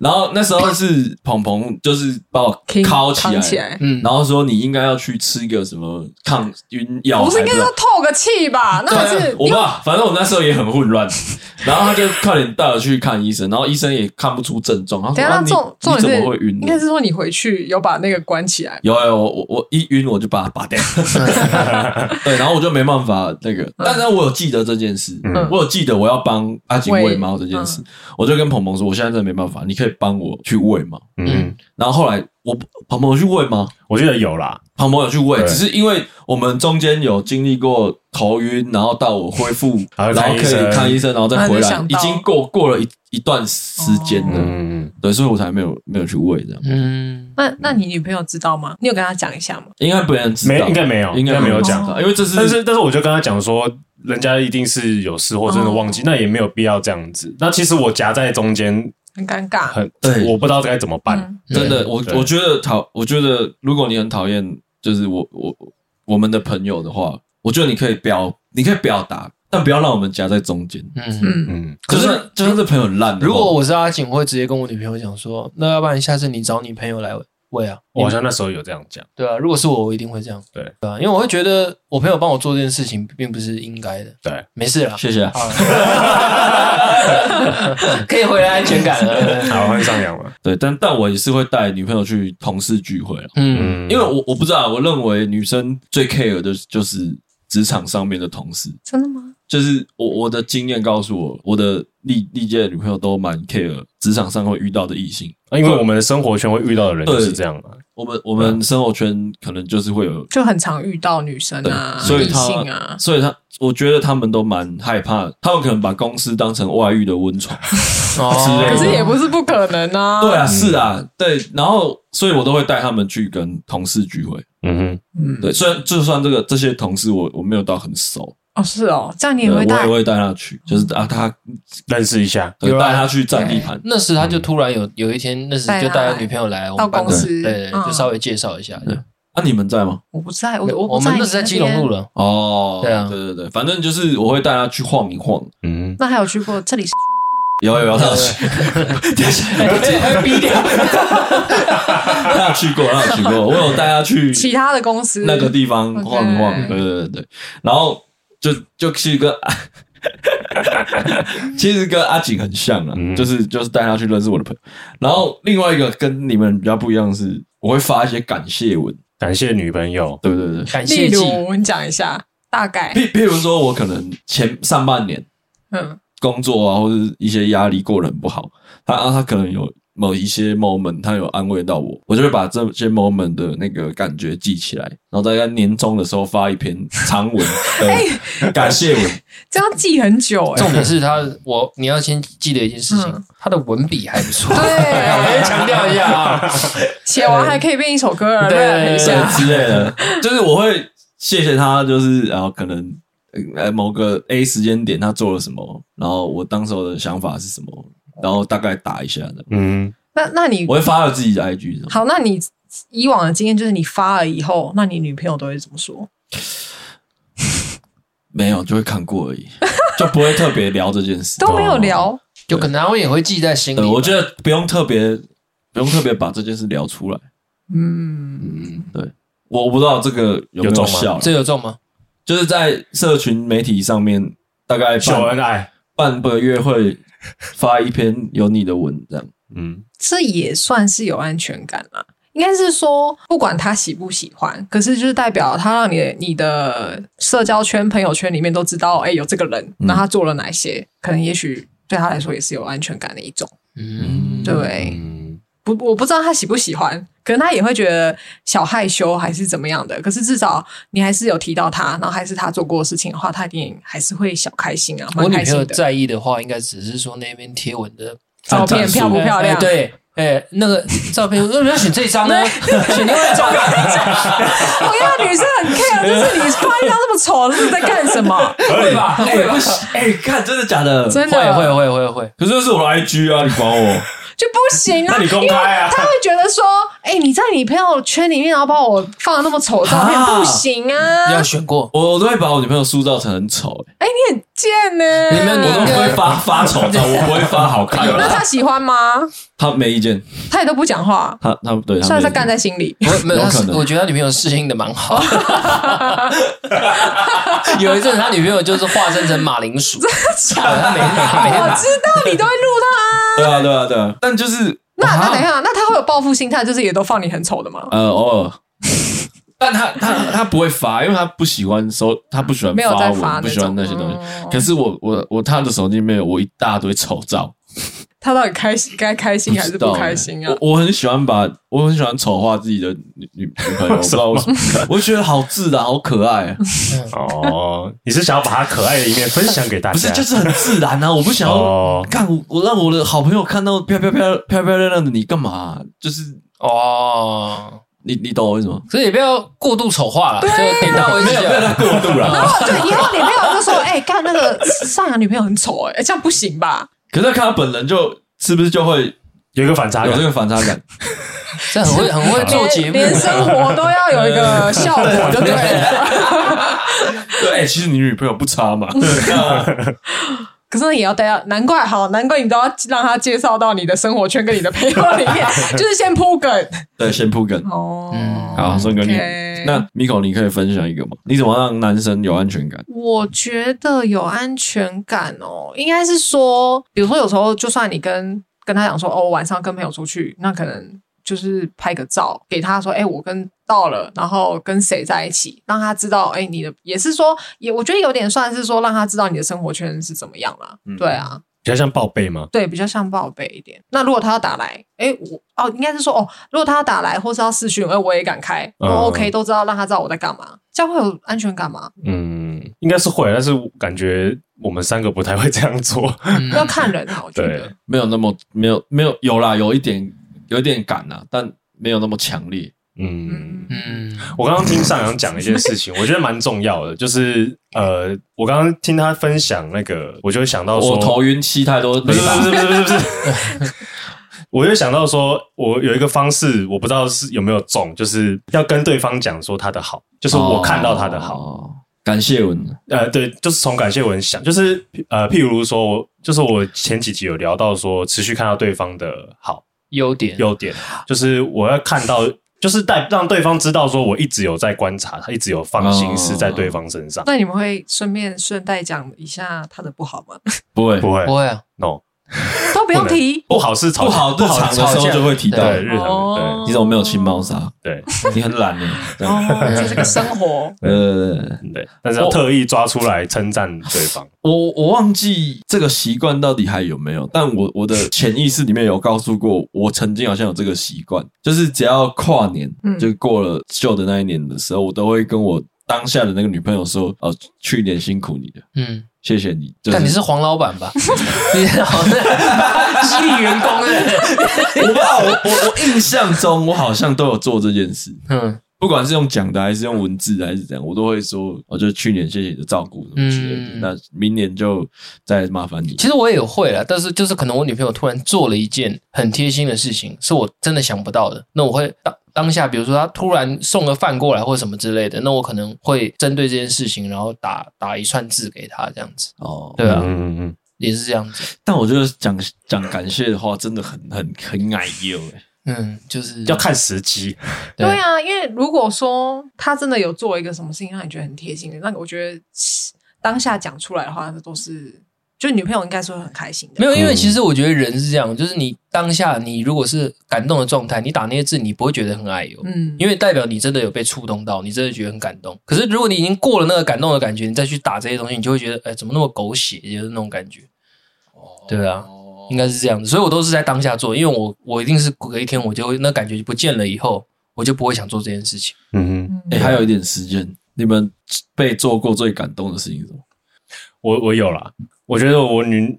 S1: 然后那时候是鹏鹏就是把我铐起
S4: 扛
S1: 来，
S4: 起来，
S3: 嗯，
S1: 然后说你应该要去吃一个什么抗晕药，
S4: 不是应该
S1: 还
S4: 说透个气吧？那还
S1: 对啊
S4: 是
S1: 我爸，反正我那时候也很混乱，然后他就快点带我去看医生，然后医生也看不出症状，他
S4: 等
S1: 说
S4: 一
S1: 啊
S4: 下，
S1: 你
S4: 重重
S1: 你怎
S4: 点
S1: 么会
S4: 是
S1: 晕
S4: 应
S1: 呢？
S4: 该是说你回去有把那个关起来，
S1: 有有，我我我一晕我就把它拔掉，对，然后我就没办法那
S4: 嗯
S1: 个，但是我有记得这件事，
S2: 嗯
S1: 我有记得我要帮阿锦
S4: 喂
S1: 喂猫这件事，
S4: 嗯
S1: 我就跟鹏鹏说，我现在真的没办法，你可以帮我去喂吗？
S2: 嗯，
S1: 然后后来我鹏鹏有去喂吗？
S2: 我觉得有啦，
S1: 庞博有去喂，
S2: 对
S1: 只是因为我们中间有经历过头晕，然后到我恢复，
S2: 还会
S1: 然后
S2: 看
S1: 可
S2: 医生
S1: 以看医生，然后再回
S4: 那就
S1: 来，
S4: 想
S1: 已
S4: 到
S1: 经过过了一一段时间了，
S2: 嗯，
S1: 对，所以我才没有没有去喂这样，
S3: 嗯，
S4: 那那你女朋友知道吗？你有跟她讲一下吗？
S1: 应该别人知道，
S2: 没应该没有，
S1: 应
S2: 应该没有
S1: 知
S2: 讲。
S1: 道，因为这是
S2: 但是但是我就跟他讲说，人家一定是有事或真的忘记，那也没有必要这样子。那其实我夹在中间
S4: 很尴尬，
S2: 很，
S1: 对
S2: 我不知道该怎么办。
S4: 嗯
S1: 真的，
S3: 对
S1: 我
S2: 对
S1: 我觉得讨，我觉得如果你很讨厌，就是我我我们的朋友的话，我觉得你可以表，你可以表达，但不要让我们夹在中间，
S3: 嗯。
S4: 嗯，
S2: 嗯，
S1: 就
S3: 可是
S1: 算就算这朋友很烂的话，
S3: 如果我是阿景，我会直接跟我女朋友讲说，那要不然下次你找你朋友来喂啊，
S2: 我好像那时候有这样讲，
S3: 对啊，如果是我，我一定会这样，
S2: 对
S3: 对啊，因为我会觉得我朋友帮我做这件事情并不是应该的，
S2: 对，
S3: 没事啦，
S1: 谢谢啊，
S3: 好了可以回来安全感 了，
S2: 好，换上扬嘛，
S1: 对，但但我也是会带女朋友去同事聚会啊。
S3: 嗯
S2: 嗯，
S1: 因为我我不知道，我认为女生最 care 的就是职场上面的同事，
S4: 真的吗？
S1: 就是我我的经验告诉我，我的历历届的女朋友都蛮 care 职场上会遇到的异性。
S2: 因为我们的生活圈会遇到的人就是这样嘛，
S1: 我们我们生活圈可能就是会有，
S4: 就很常遇到女生啊，
S1: 所以
S4: 异
S1: 她
S4: 性啊，
S1: 所以她，我觉得他们都蛮害怕，他们可能把公司当成外遇的温床。
S3: 哦
S4: 可是也不是不可能啊。
S1: 对啊，是啊，对，然后所以我都会带他们去跟同事聚会。
S2: 嗯
S4: 嗯，
S1: 对，虽然就算这个这些同事我我没有到很熟，
S4: 哦，是哦，这样你
S1: 对
S4: 也
S1: 我
S4: 会带
S1: 也，会带他去，就是啊，他
S2: 哼，认识一下，
S1: 对
S3: 有啊
S1: 带他去占地盘。
S3: 那时他就突然有有一天，那时就带他女朋友来我
S4: 啊到
S3: 们办公
S4: 公
S3: 室，
S4: 司，
S3: 对，对
S4: 嗯
S3: 就稍微介绍一下。
S1: 对那、你们在吗？
S4: 我不在，我
S3: 我
S4: 我不
S3: 们
S4: 你
S3: 那时在基隆路
S4: 边。
S3: 了，
S1: 哦，
S3: 对啊
S1: 对对对，反正就是我会带他去晃一晃，
S2: 嗯，
S4: 那还有去过这里是，
S1: 有有有，他有去，哎
S3: 被逼掉。
S1: 他有去过，他有去过，我有带他去
S4: 其他的公司
S1: 那个地方
S4: OK
S1: 晃一晃，对对对对，然后就就去跟。其实跟阿景很像啊，
S2: 嗯
S1: 就是就是带他去认识我的朋友。然后另外一个跟你们比较不一样的是，我会发一些感谢文，
S2: 感谢女朋友，
S1: 对对对，
S3: 感
S4: 例
S3: 谢
S4: 如
S3: 祭，
S4: 我们讲一下，大概，
S1: 譬譬如说，我可能前上半年
S4: 嗯
S1: 工作啊，或者一些压力过得很不好，他啊他可能有某一些 moment，他有安慰到我，我就会把这些 moment 的那个感觉记起来，然后大概年终的时候发一篇长文的感谢文。
S4: 这样记很久哎、
S3: 重点是他，我你要先记得一件事情
S4: 嗯，
S3: 他的文笔还不错。 我
S4: 对，
S3: 还强调一下啊，
S4: 写完还可以变一首歌了，
S3: 对
S4: 对，一
S1: 对
S4: 下，
S1: 之类的，就是我会谢谢他，就是然后可能呃某个 A 时间点他做了什么，然后我当时候的想法是什么，然后大概打一下的，
S2: 嗯，
S4: 那那你
S1: 我会发了自己的 IG 上。
S4: 好，那你以往的经验就是你发了以后，那你女朋友都会怎么说？
S1: 没有，就会看过而已，就不会特别聊这件事。
S4: 都没有聊，
S3: 就可能他们也会记在心里
S1: 对，
S3: 吧。
S1: 呃我觉得不用特别，不用特别把这件事聊出来。
S4: 嗯，
S1: 我不知道这个有没
S2: 有中
S1: 有
S2: 吗
S1: 效，
S3: 这有中吗？
S1: 就是在社群媒体上面，大概
S2: 嗯秀恩
S1: 半
S2: 爱，
S1: 半个月会发一篇有你的文章。
S2: 嗯，
S4: 这也算是有安全感啦。应该是说，不管他喜不喜欢，可是就是代表他让你的你的社交圈、朋友圈里面都知道，哎、有这个人，
S3: 嗯
S4: 那他做了哪些，可能也许对他来说也是有安全感的一种。
S3: 嗯，
S4: 对，
S2: 嗯
S4: 不，我不知道他喜不喜欢，可能他也会觉得小害羞还是怎么样的。可是至少你还是有提到他，然后还是他做过的事情的话，他一定还是会小开心啊，
S3: 我
S4: 蛮
S3: 女
S4: 开
S3: 朋友
S4: 心的。
S3: 在意的话，应该只是说那边贴文的
S4: 照片
S1: 赞
S4: 漂不漂亮？
S3: 哎对，哎，那个照片为 什么要选这张 呢？选另外一张啊吧。
S4: 我跟你讲，女生很 care，就是你穿一张这么丑，的，是在干什么？
S1: 会吧？哎，不行！ 哎，看真的假的？
S4: 真
S3: 会
S4: 的
S3: 会会会会，
S1: 可是这是我的 IG 啊，你管我？
S4: 就不行啊！
S2: 那你公开啊
S4: 因为他会觉得说，哎、你在你朋友圈里面，然后把我放的那么丑的照片，
S1: 啊
S4: 不行啊
S3: 要！选过。
S1: 我我都会把我女朋友塑造成很丑，哎
S4: 哎、你很贱呢、
S3: 你没有你
S1: 我都不会发发丑照，我不会发好看
S4: 那
S1: 的。
S4: 他喜欢吗？
S1: 他没意见，
S4: 他也都不讲话，
S1: 他他对他
S4: 虽
S1: 没
S4: 然他
S1: 意见
S4: 干在心里。
S3: 我没有，
S1: 有
S3: 他
S1: 可
S3: 是
S1: 能
S3: 我觉得他女朋友适应的蛮好。 有一阵子，他女朋友就是化身成马铃薯，他每他每天
S4: 哦我
S3: 拿
S4: 知道你都会录他、啊。
S1: 对啊对啊对啊，但就是
S4: 那那等一下，那他会有报复心态，就是也都放你很丑的吗？
S1: 呃，偶尔。但他他他不会发，因为他不喜欢收，他不喜欢
S4: 没有在
S1: 发
S4: 发
S1: 文，不喜欢
S4: 那
S1: 那
S4: 种
S1: 些东西
S4: 哦。
S1: 可是我我我他的手机里面有我一大堆丑照，
S4: 他到底开心该开心还是
S1: 知道
S4: 不
S1: 欸
S4: 开心啊？
S1: 我我很喜欢把我很喜欢丑化自己的女女女朋友，我不知道为什么，我觉得好自然，好可爱，
S2: 哦，你是想要把他可爱的一面分享给大家？
S1: 不是就是很自然啊！我不想要
S2: 哦
S1: 干，我让我的好朋友看到漂漂漂漂漂亮亮的你干嘛？就是
S3: 哦，
S1: 你你懂我意思吗？
S3: 可是也不要过度丑化了，
S4: 啊
S3: 就点到为止。
S1: 过度了，
S4: 然后就以后女朋友就说：“哎、干那个上扬女朋友很丑、哎，这样不行吧？
S1: 可是看他本人就是不是就会
S2: 有一个反差
S1: 有
S2: 感
S1: 这。个反差感？
S3: 这很会很会做节
S4: 连
S3: 目，啊
S4: 连生活都要有一个效果，对不对？”
S1: 对，哎其实你女朋友不差嘛。
S4: 可是也要带到，难怪好，难怪你都要让他介绍到你的生活圈跟你的朋友里面，就是先铺梗
S1: 对，先铺梗。
S4: 哦。
S3: 嗯
S1: 好，顺哥你
S4: OK
S1: 那 Miko 你可以分享一个吗？你怎么让男生有安全感？
S4: 我觉得有安全感哦，应该是说，比如说有时候就算你跟跟他讲说，哦，我晚上跟朋友出去，那可能就是拍个照给他说，哎、我跟到了，然后跟谁在一起，让他知道，哎、你的也是说，也我觉得有点算是说让他知道你的生活圈是怎么样啦。
S1: 嗯
S4: 对啊，
S2: 比较像报备吗？
S4: 对，比较像报备一点。那如果他要打来，哎，我哦，应该是说哦，如果他要打来或是要私讯，哎，我也敢开，我、
S2: 嗯
S4: OK，都知道让他知道我在干嘛，这样会有安全感吗？
S2: 嗯，应该是会，但是我感觉我们三个不太会这样做。
S3: 嗯
S4: 要看人啊，我觉
S2: 对
S4: 得。
S1: 没有那么没有没有有啦，有一点有一点感啦，但没有那么强烈。
S2: 嗯，
S4: 嗯，
S3: 嗯，
S2: 我刚刚听上阳讲了一件事情，我觉得蛮重要的，就是呃，我刚刚听他分享那个，我就想到说，
S1: 我头晕气太多，
S2: 不
S1: 没
S2: 是
S1: 法
S2: 不是不是不是不是，我就想到说，我有一个方式，我不知道是有没有中，就是要跟对方讲说他的好，就是我看到他的好，
S1: 哦感谢文，
S2: 呃，对，就是从感谢文想，就是呃，譬如说我，就是我前几集有聊到说，持续看到对方的好
S3: 优点
S2: 优点，就是我要看到，就是带让对方知道说我一直有在观察他，一直有放心思在对方身上。
S1: 哦
S4: 那你们会顺便顺带讲一下他的不好吗？
S1: 不会
S2: 不会
S3: 不会啊，
S2: ，no，
S4: 都不用提。
S2: 不好是吵
S1: 不好日常的时候就会提到。
S2: 对日常
S4: 哦
S2: 的
S1: 你怎么没有亲猫砂？
S2: 对
S1: 你很懒欸呢。这样，
S4: 哦，这是个生活
S1: 呃，
S2: 对对，但是要特意抓出来称赞对方。
S1: 我我忘记这个习惯到底还有没有，但我我的潜意识里面有告诉过，我曾经好像有这个习惯，就是只要跨年，
S4: 嗯
S1: 就过了旧的那一年的时候，我都会跟我当下的那个女朋友说，呃，去年辛苦你了，
S3: 嗯，
S1: 谢谢你。就
S3: 但你
S1: 是
S3: 是黄老板吧？你好像激励员工的，
S1: 我不知道，我我我印象中我好像都有做这件事，
S3: 嗯
S1: 不管是用讲的还是用文字的还是怎样，我都会说，哦，就去年谢谢你的照顾什么之类的，
S3: 嗯
S1: 那明年就再麻烦你。
S3: 其实我也会啦，但是就是可能我女朋友突然做了一件很贴心的事情，是我真的想不到的。那我会当当下，比如说她突然送个饭过来或什么之类的，那我可能会针对这件事情，然后打 打一串字给她，这样子，
S1: 哦，
S3: 对啊，
S2: 嗯嗯
S3: 也是这样子。
S1: 但我觉得讲讲感谢的话，真的很很很矮幼哎、
S3: 嗯，就是
S2: 要看时机。
S3: 对
S4: 对啊，因为如果说他真的有做一个什么事情让你觉得很贴心的，那个我觉得当下讲出来的话，那都是就女朋友应该是会很开心的。
S3: 没有，因为
S2: 嗯
S3: 其实我觉得人是这样，就是你当下你如果是感动的状态，你打那些字，你不会觉得很爱哟，
S4: 嗯，
S3: 因为代表你真的有被触动到，你真的觉得很感动。可是如果你已经过了那个感动的感觉，你再去打这些东西，你就会觉得，哎，怎么那么狗血，就是那种感觉。
S2: 哦
S3: 对啊，应该是这样子，所以我都是在当下做，因为我我一定是隔一天我就会那感觉就不见了，以后我就不会想做这件事情。
S2: 嗯哼，
S1: 哎、还有一点时间，你们被做过最感动的事情是什么？
S2: 我我有啦，我觉得我女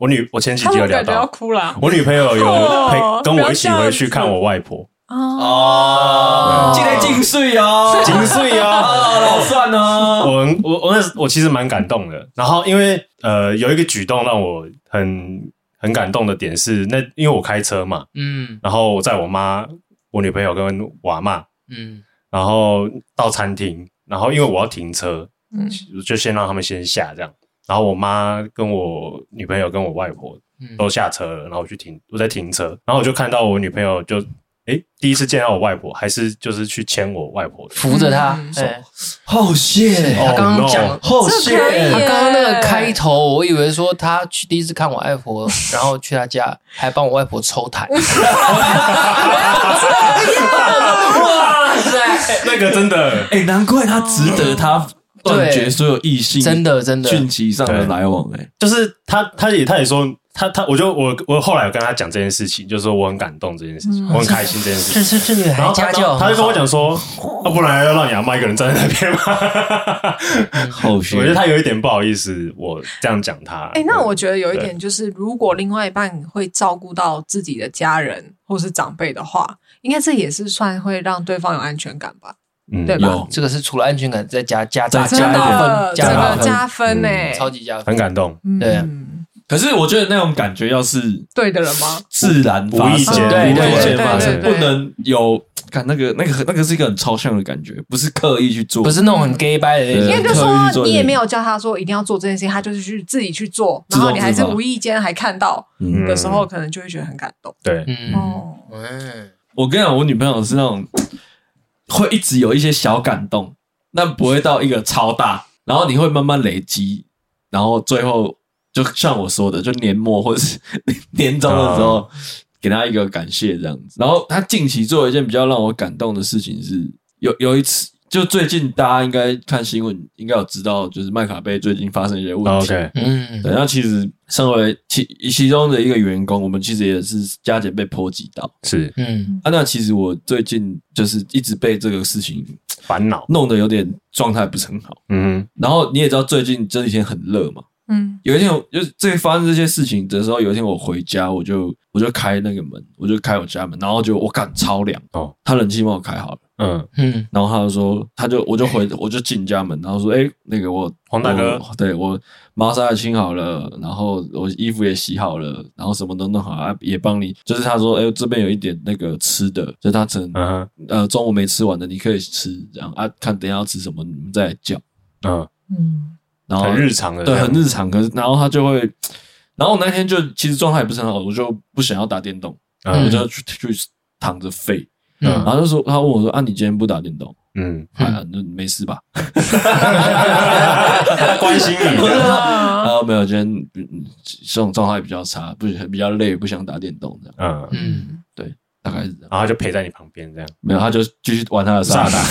S2: 我女我前几
S4: 他
S2: 集有
S4: 们
S2: 聊
S4: 感觉要
S2: 到，
S4: 哭了
S2: 我女朋友有
S4: 哦
S2: 陪跟
S4: 不要
S2: 我一起
S4: 这样
S2: 回去看
S4: 子
S2: 我外 婆，
S4: 哦，
S1: 哦今天进水哦，
S2: 金穗 啊。
S1: 好算哦。
S2: 我很我我那时我其实蛮感动的。然后因为呃有一个举动让我很很感动的点是，那因为我开车嘛，
S3: 嗯
S2: 然后我载我妈、我女朋友跟我阿妈，
S3: 嗯
S2: 然后到餐厅，然后因为我要停车，
S4: 嗯
S2: 就先让他们先下这样。然后我妈跟我女朋友跟我外婆
S3: 嗯
S2: 都下车了，然后我去停，我在停车，然后我就看到我女朋友就诶第一次见到我外婆，还是就是去牵我外婆的。
S3: 扶着他，
S4: 嗯哦
S3: 哎
S1: 好谢，
S3: 他刚
S2: Oh
S3: 刚
S2: no
S3: 讲哦
S1: 好
S4: 这可
S1: 谢，
S3: 他
S4: 以耶
S3: 刚刚那个开头，我以为说他去第一次看我外 婆，然后去他家还帮我外婆抽痰。
S4: 啊
S3: 哇塞！
S2: 那个真的，
S1: 哎、难怪他值得他断绝所有异性
S3: 真的真的，
S1: 讯息上的来往、哎，
S2: 就是他，他也他也说他他，我就我我后来有跟他讲这件事情，就是说我很感动这件事情，我很开心这件事
S3: 这
S2: 情。
S3: 这这女
S2: 然
S3: 孩
S2: 后他
S3: 家教，
S2: 他就跟我讲，说，啊，不然要让你阿妈一个人站在那边吗？
S1: 好
S2: 我觉得
S1: 谢。
S2: 他有一点不好意思，我这样讲他。
S4: 哎、那我觉得有一
S2: 对
S4: 点就是，如果另外一半会照顾到自己的家人或是长辈的话，应该这也是算会让对方有安全感吧？
S2: 嗯
S4: 对吧
S1: 有
S3: 这个是除了安全感，再加加再
S1: 真
S3: 加
S4: 真的，
S3: 分，
S4: 这
S3: 加
S1: 真
S3: 大
S4: 个
S1: 的
S3: 分，
S4: 加分呢、
S2: 嗯
S3: 超级加分
S2: 很。感动，
S4: 嗯
S3: 对啊
S1: 可是我觉得那种感觉要是
S4: 对的人吗？
S1: 自然发
S2: 无意
S1: 生，
S2: 间
S1: 无
S3: 对对
S1: 意间
S3: 对
S1: 发生，
S4: 对对
S1: 不能有看那个那个那个是一个很抽象的感觉，不是刻意去做，
S3: 不是那种很 gay 掰的那种，
S1: 对
S4: 因为就
S1: 刻意去
S4: 说
S1: 做
S4: 你也没有叫他说一定要做这件事情，他就是去自己去做，然后你还
S1: 自
S4: 是
S1: 动自发
S4: 无意间还看到
S1: 嗯
S4: 的时候，可能就会觉得很感动。
S2: 对，
S3: 嗯
S4: 哦，
S3: 嗯，
S1: 我跟你讲，我女朋友是那种会一直有一些小感动，但不会到一个超大，然后你会慢慢累积，然后最后就像我说的，就年末或者是 年终的时候，给她一个感谢这样子。然后她近期做一件比较让我感动的事情是，有有一次。就最近大家应该看新闻，应该有知道，就是麦卡贝最近发生一些问题。
S2: 哦 OK，
S3: 嗯
S1: 对，那其实身为其其中的一个员工，我们其实也是加减被波及到。
S2: 是
S3: 嗯
S1: 啊，那其实我最近就是一直被这个事情
S2: 烦恼，
S1: 弄得有点状态不是很好。
S2: 嗯
S1: 然后你也知道，最近这几天很热嘛。
S4: 嗯
S1: 有一天我，就是这发生这些事情的时候，有一天我回家，我就我就开那个门，我就开我家门，然后就我感超凉
S2: 哦，
S1: 他冷气帮我开好了，
S2: 嗯，
S3: 嗯
S1: 然后他就说，他就我就回我就进家门，然后说，哎、那个我
S2: 黄大哥
S1: 我对我猫砂也清好了，然后我衣服也洗好了，然后什么都弄好了，啊也帮你，就是他说，哎、这边有一点那个吃的，就是他整
S2: 嗯
S1: 呃，中午没吃完的你可以吃，这样啊，看等一下要吃什么，你们再来叫。
S2: 嗯，
S4: 嗯
S1: 然后
S2: 很日常的这
S1: 哦对，
S2: 样，
S1: 很日常。可是然后他就会，然后我那天就其实状态也不是很好，我就不想要打电动，我
S2: 嗯
S1: 就去去躺着废。然
S3: 嗯，
S1: 后就说他问我说啊，你今天不打电动？
S2: 嗯，
S1: 啊，那没事 吧？
S2: 关 心你的，
S4: 啊，
S1: 啊，没有，今天嗯这种状态比较差，不比较累，不想打电动这样，
S2: 嗯，
S3: 嗯
S1: 大概是这样。
S2: 然后就陪在你旁边这样，
S1: 没有，他就继续玩他的萨达。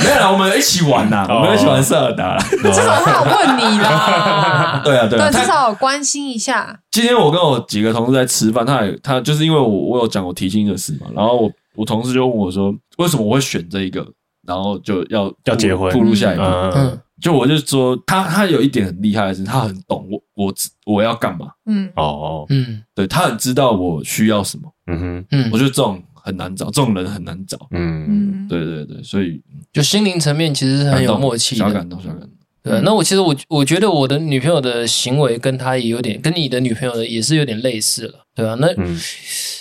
S1: 没有啦，我们一起玩呐，我们一起玩萨尔达啦。
S4: 至少他有问你啦，
S1: 对啊，对啊，
S4: 至
S1: 他
S4: 少有关心一下。
S1: 今天我跟我几个同事在吃饭，他也他就是因为我我有讲我提亲的事嘛，然后我我同事就问我说，为什么我会选这一个，然后就要
S2: 要结婚
S1: 步入下一步。
S2: 嗯
S3: 嗯
S1: 就我就说他他有一点很厉害的是，他很懂我我我要干嘛，
S4: 嗯，
S2: 哦，
S3: 嗯
S1: 对他很知道我需要什么。
S2: 嗯哼，
S3: 嗯
S1: 我，觉得这种很难找，这种人很难找。
S2: 嗯
S4: 嗯，
S1: 对对对，所以
S3: 就心灵层面其实是很有默契
S1: 小
S3: 的。
S1: 感动小感动。
S3: 对，那我其实我我觉得我的女朋友的行为跟她也有点，跟你的女朋友的也是有点类似了，对啊，那
S2: 嗯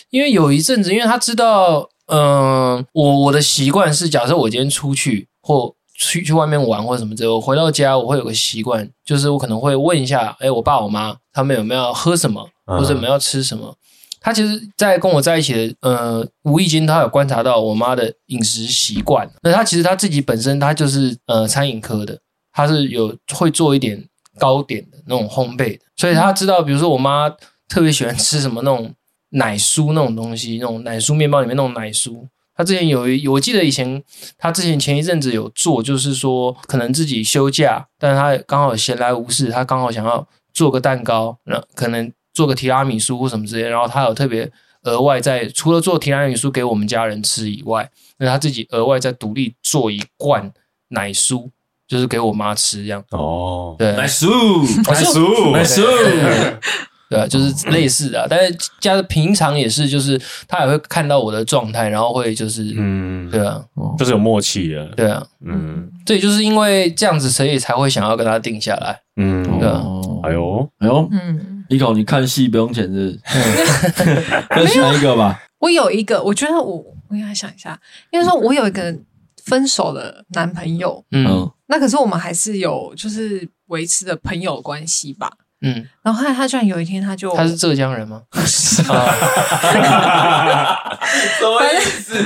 S3: 因为有一阵子，因为她知道，嗯、我我的习惯是，假设我今天出去或去去外面玩或者什么之后，我回到家我会有个习惯，就是我可能会问一下，哎，我爸我妈他们有没有要喝什么，
S2: 嗯
S3: 或者我们要吃什么。他其实，在跟我在一起的，呃，无意间他有观察到我妈的饮食习惯。那他其实他自己本身他就是呃餐饮科的，他是有会做一点糕点的那种烘焙的，所以他知道，比如说我妈特别喜欢吃什么那种奶酥那种东西，那种奶酥面包里面那种奶酥。他之前有一，我记得以前他之前前一阵子有做，就是说可能自己休假，但是他刚好闲来无事，他刚好想要做个蛋糕，那可能做个提拉米苏或什么之类，然后他有特别额外在除了做提拉米苏给我们家人吃以外，那他自己额外再独立做一罐奶酥，就是给我妈吃这样。
S2: 哦，
S3: 对，
S1: 来数，
S2: 来数
S1: 来数，
S3: 对啊，就是类似的啊、但是加上平常也是，就是他也会看到我的状态，然后会就是，
S2: 嗯，
S3: 对啊，
S2: 就是有默契了，
S3: 对啊，
S2: 嗯
S3: 对，就是因为这样子，所以才会想要跟他定下来。
S2: 嗯，
S3: 对啊
S1: 哦
S2: 哎 呦，
S1: 哎呦，
S4: 嗯，
S1: 一口你看戏不用钱是不是？再选一个吧。
S4: 我有一个，我觉得我我应该想一下，应该说我有一个分手的男朋友，
S3: 嗯
S1: 嗯，
S4: 那可是我们还是有就是维持的朋友关系吧。
S3: 嗯，
S4: 然后后来他居然有一天他就
S3: 他是浙江人 吗？啊，
S1: 什么意思？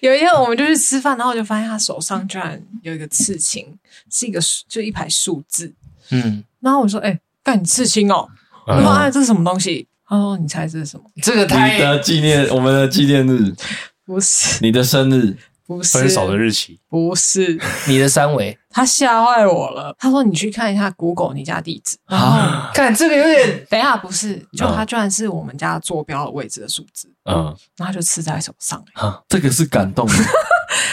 S4: 有一天我们就去吃饭，然后我就发现他手上居然有一个刺青，是一个数就一排数字。
S3: 嗯，
S4: 然后我说：“哎、干你刺 青哦！”我说：“啊，这是什么东西？”他说：“你猜这是什么
S3: 这个
S1: 你
S3: 太
S1: 的纪念，我们的纪念日，？”
S4: 不是，
S1: 你的生日，
S4: 不是
S2: 分手的日期，
S4: 不是。
S3: 你的三维，
S4: 他吓坏我了。他说：“你去看一下 Google 你家地
S1: 啊
S4: 址。”然后，
S3: 看这个有点
S4: 等一下不是，就他居然是我们家坐标的位置的数字，
S2: 嗯，
S4: 然后他就刺在手上、欸。
S1: 这个是感动的。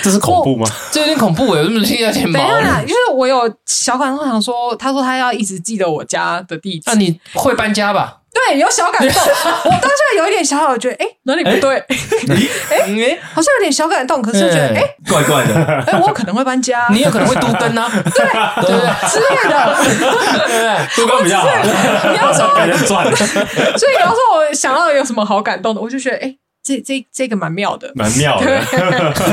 S2: 这是恐怖吗？
S3: 这有点恐怖哎，我怎么听起来有点毛
S4: 等一下啦，
S3: 了？
S4: 因为我有小感动，想说，他说他要一直记得我家的地址。
S3: 那啊你会搬家吧？
S4: 对，有小感动。我当下有一点小小的觉得，哎、哪里不对，
S3: 哎，
S4: 好像有点小感动，可是又觉得，
S3: 嗯
S4: 哎、
S1: 怪怪 的，
S4: 哎、我可能会搬家，
S3: 你有可能会都跟啊，对对不对
S4: 之类的。
S3: 对不
S2: 多高比较好，
S4: 你要说，
S2: 感觉赚，
S4: 所以你要说我想到有什么好感动的，我就觉得，哎、这这这个蛮妙的。
S2: 蛮妙
S4: 对，
S2: 的，
S4: 干嘛不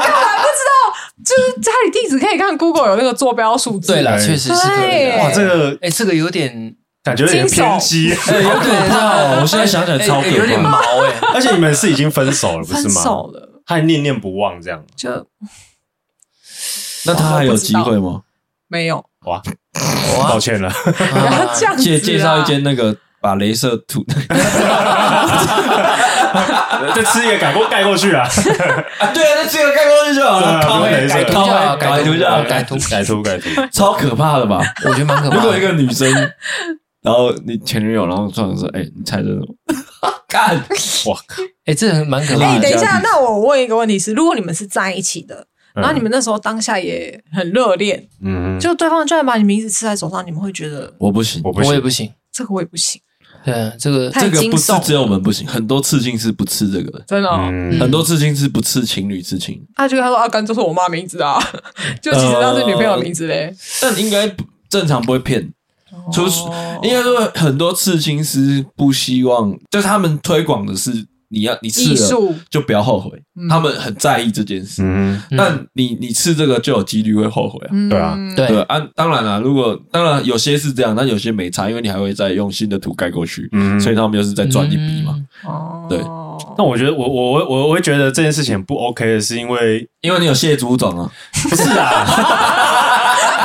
S4: 知道？就是家里地址可以看 Google 有那个坐标数字。
S3: 对对啦，确实是可以
S4: 对
S3: 啊。
S2: 哇，这个
S3: 哎，这个有点
S2: 感觉有点偏激，
S3: 对，有点像，
S1: 哦我现在想起来哎超可怕
S3: 哎哎有点毛哎。
S2: 而且你们是已经分手了，不是
S4: 分手
S2: 吗？
S4: 了，
S2: 还念念不忘这样，
S4: 就
S1: 那他还有机会吗？
S4: 没有。
S2: 哇，抱歉了，
S4: 不要这样子
S1: 介
S4: 啦
S1: 介绍一间那个把镭射涂
S2: 这吃也改过盖过去啊，
S1: 啊，对啊，那这个盖过去就好 了，
S2: 对啊
S1: 靠
S2: 不用
S1: 背
S2: 镭射
S1: 改靠背改涂
S3: 图
S1: 就好了，
S3: 改图，
S2: 改图改图，
S1: 超可怕的吧？
S3: 我觉得蛮可
S1: 如
S3: 怕
S1: 果一
S3: 的。
S1: 个女生，然后你前女友，然后突然说：“哎、你猜这是什么？” 干，
S2: 哇靠，
S3: 哎，这很蛮可
S4: 哎、
S3: 怕
S1: 啊
S4: 等
S3: 的。
S4: 一
S1: 这样
S4: 下，
S1: 子
S4: 那我问一个问题是：如果你们是在一起的，然后你们那时候当下也很热恋，
S2: 嗯，
S4: 就对方居然把你名字刺在手上，你们会觉得
S1: 我不行，
S2: 我不
S3: 我也
S2: 行，
S3: 不行，
S4: 这个我也不行，
S3: 对这个
S4: 太
S1: 这个
S4: 惊
S1: 不是
S4: 悚
S1: 只有我们不行，很多刺青是不刺这个的，
S4: 真的、哦。
S2: 嗯
S1: 很多刺青是不刺情侣刺青，
S4: 他就跟他说：“阿甘，这是我妈名字啊， 就其实那是女朋友名字嘞。
S1: 但应该不正常不会骗。除
S4: 哦
S1: 应该说很多刺青师不希望，就是他们推广的是啊你要你刺
S4: 艺
S1: 了
S4: 术嗯
S1: 就不要后悔，他们很在意这件事。
S2: 嗯，
S1: 但你你刺这个就有几率会后悔啊。
S4: 嗯
S2: 对啊
S3: 对
S1: 对啊，当然啦，如果当然有些是这样，但有些没差，因为你还会再用新的图盖过去，
S2: 嗯
S1: 所以他们就是再赚一笔
S3: 嗯
S1: 嘛。。
S4: 哦，
S1: 对
S2: 那我觉得我我我我我会觉得这件事情不 OK 的是因为
S1: 因为你有蟹足种啊，
S2: 不是啊，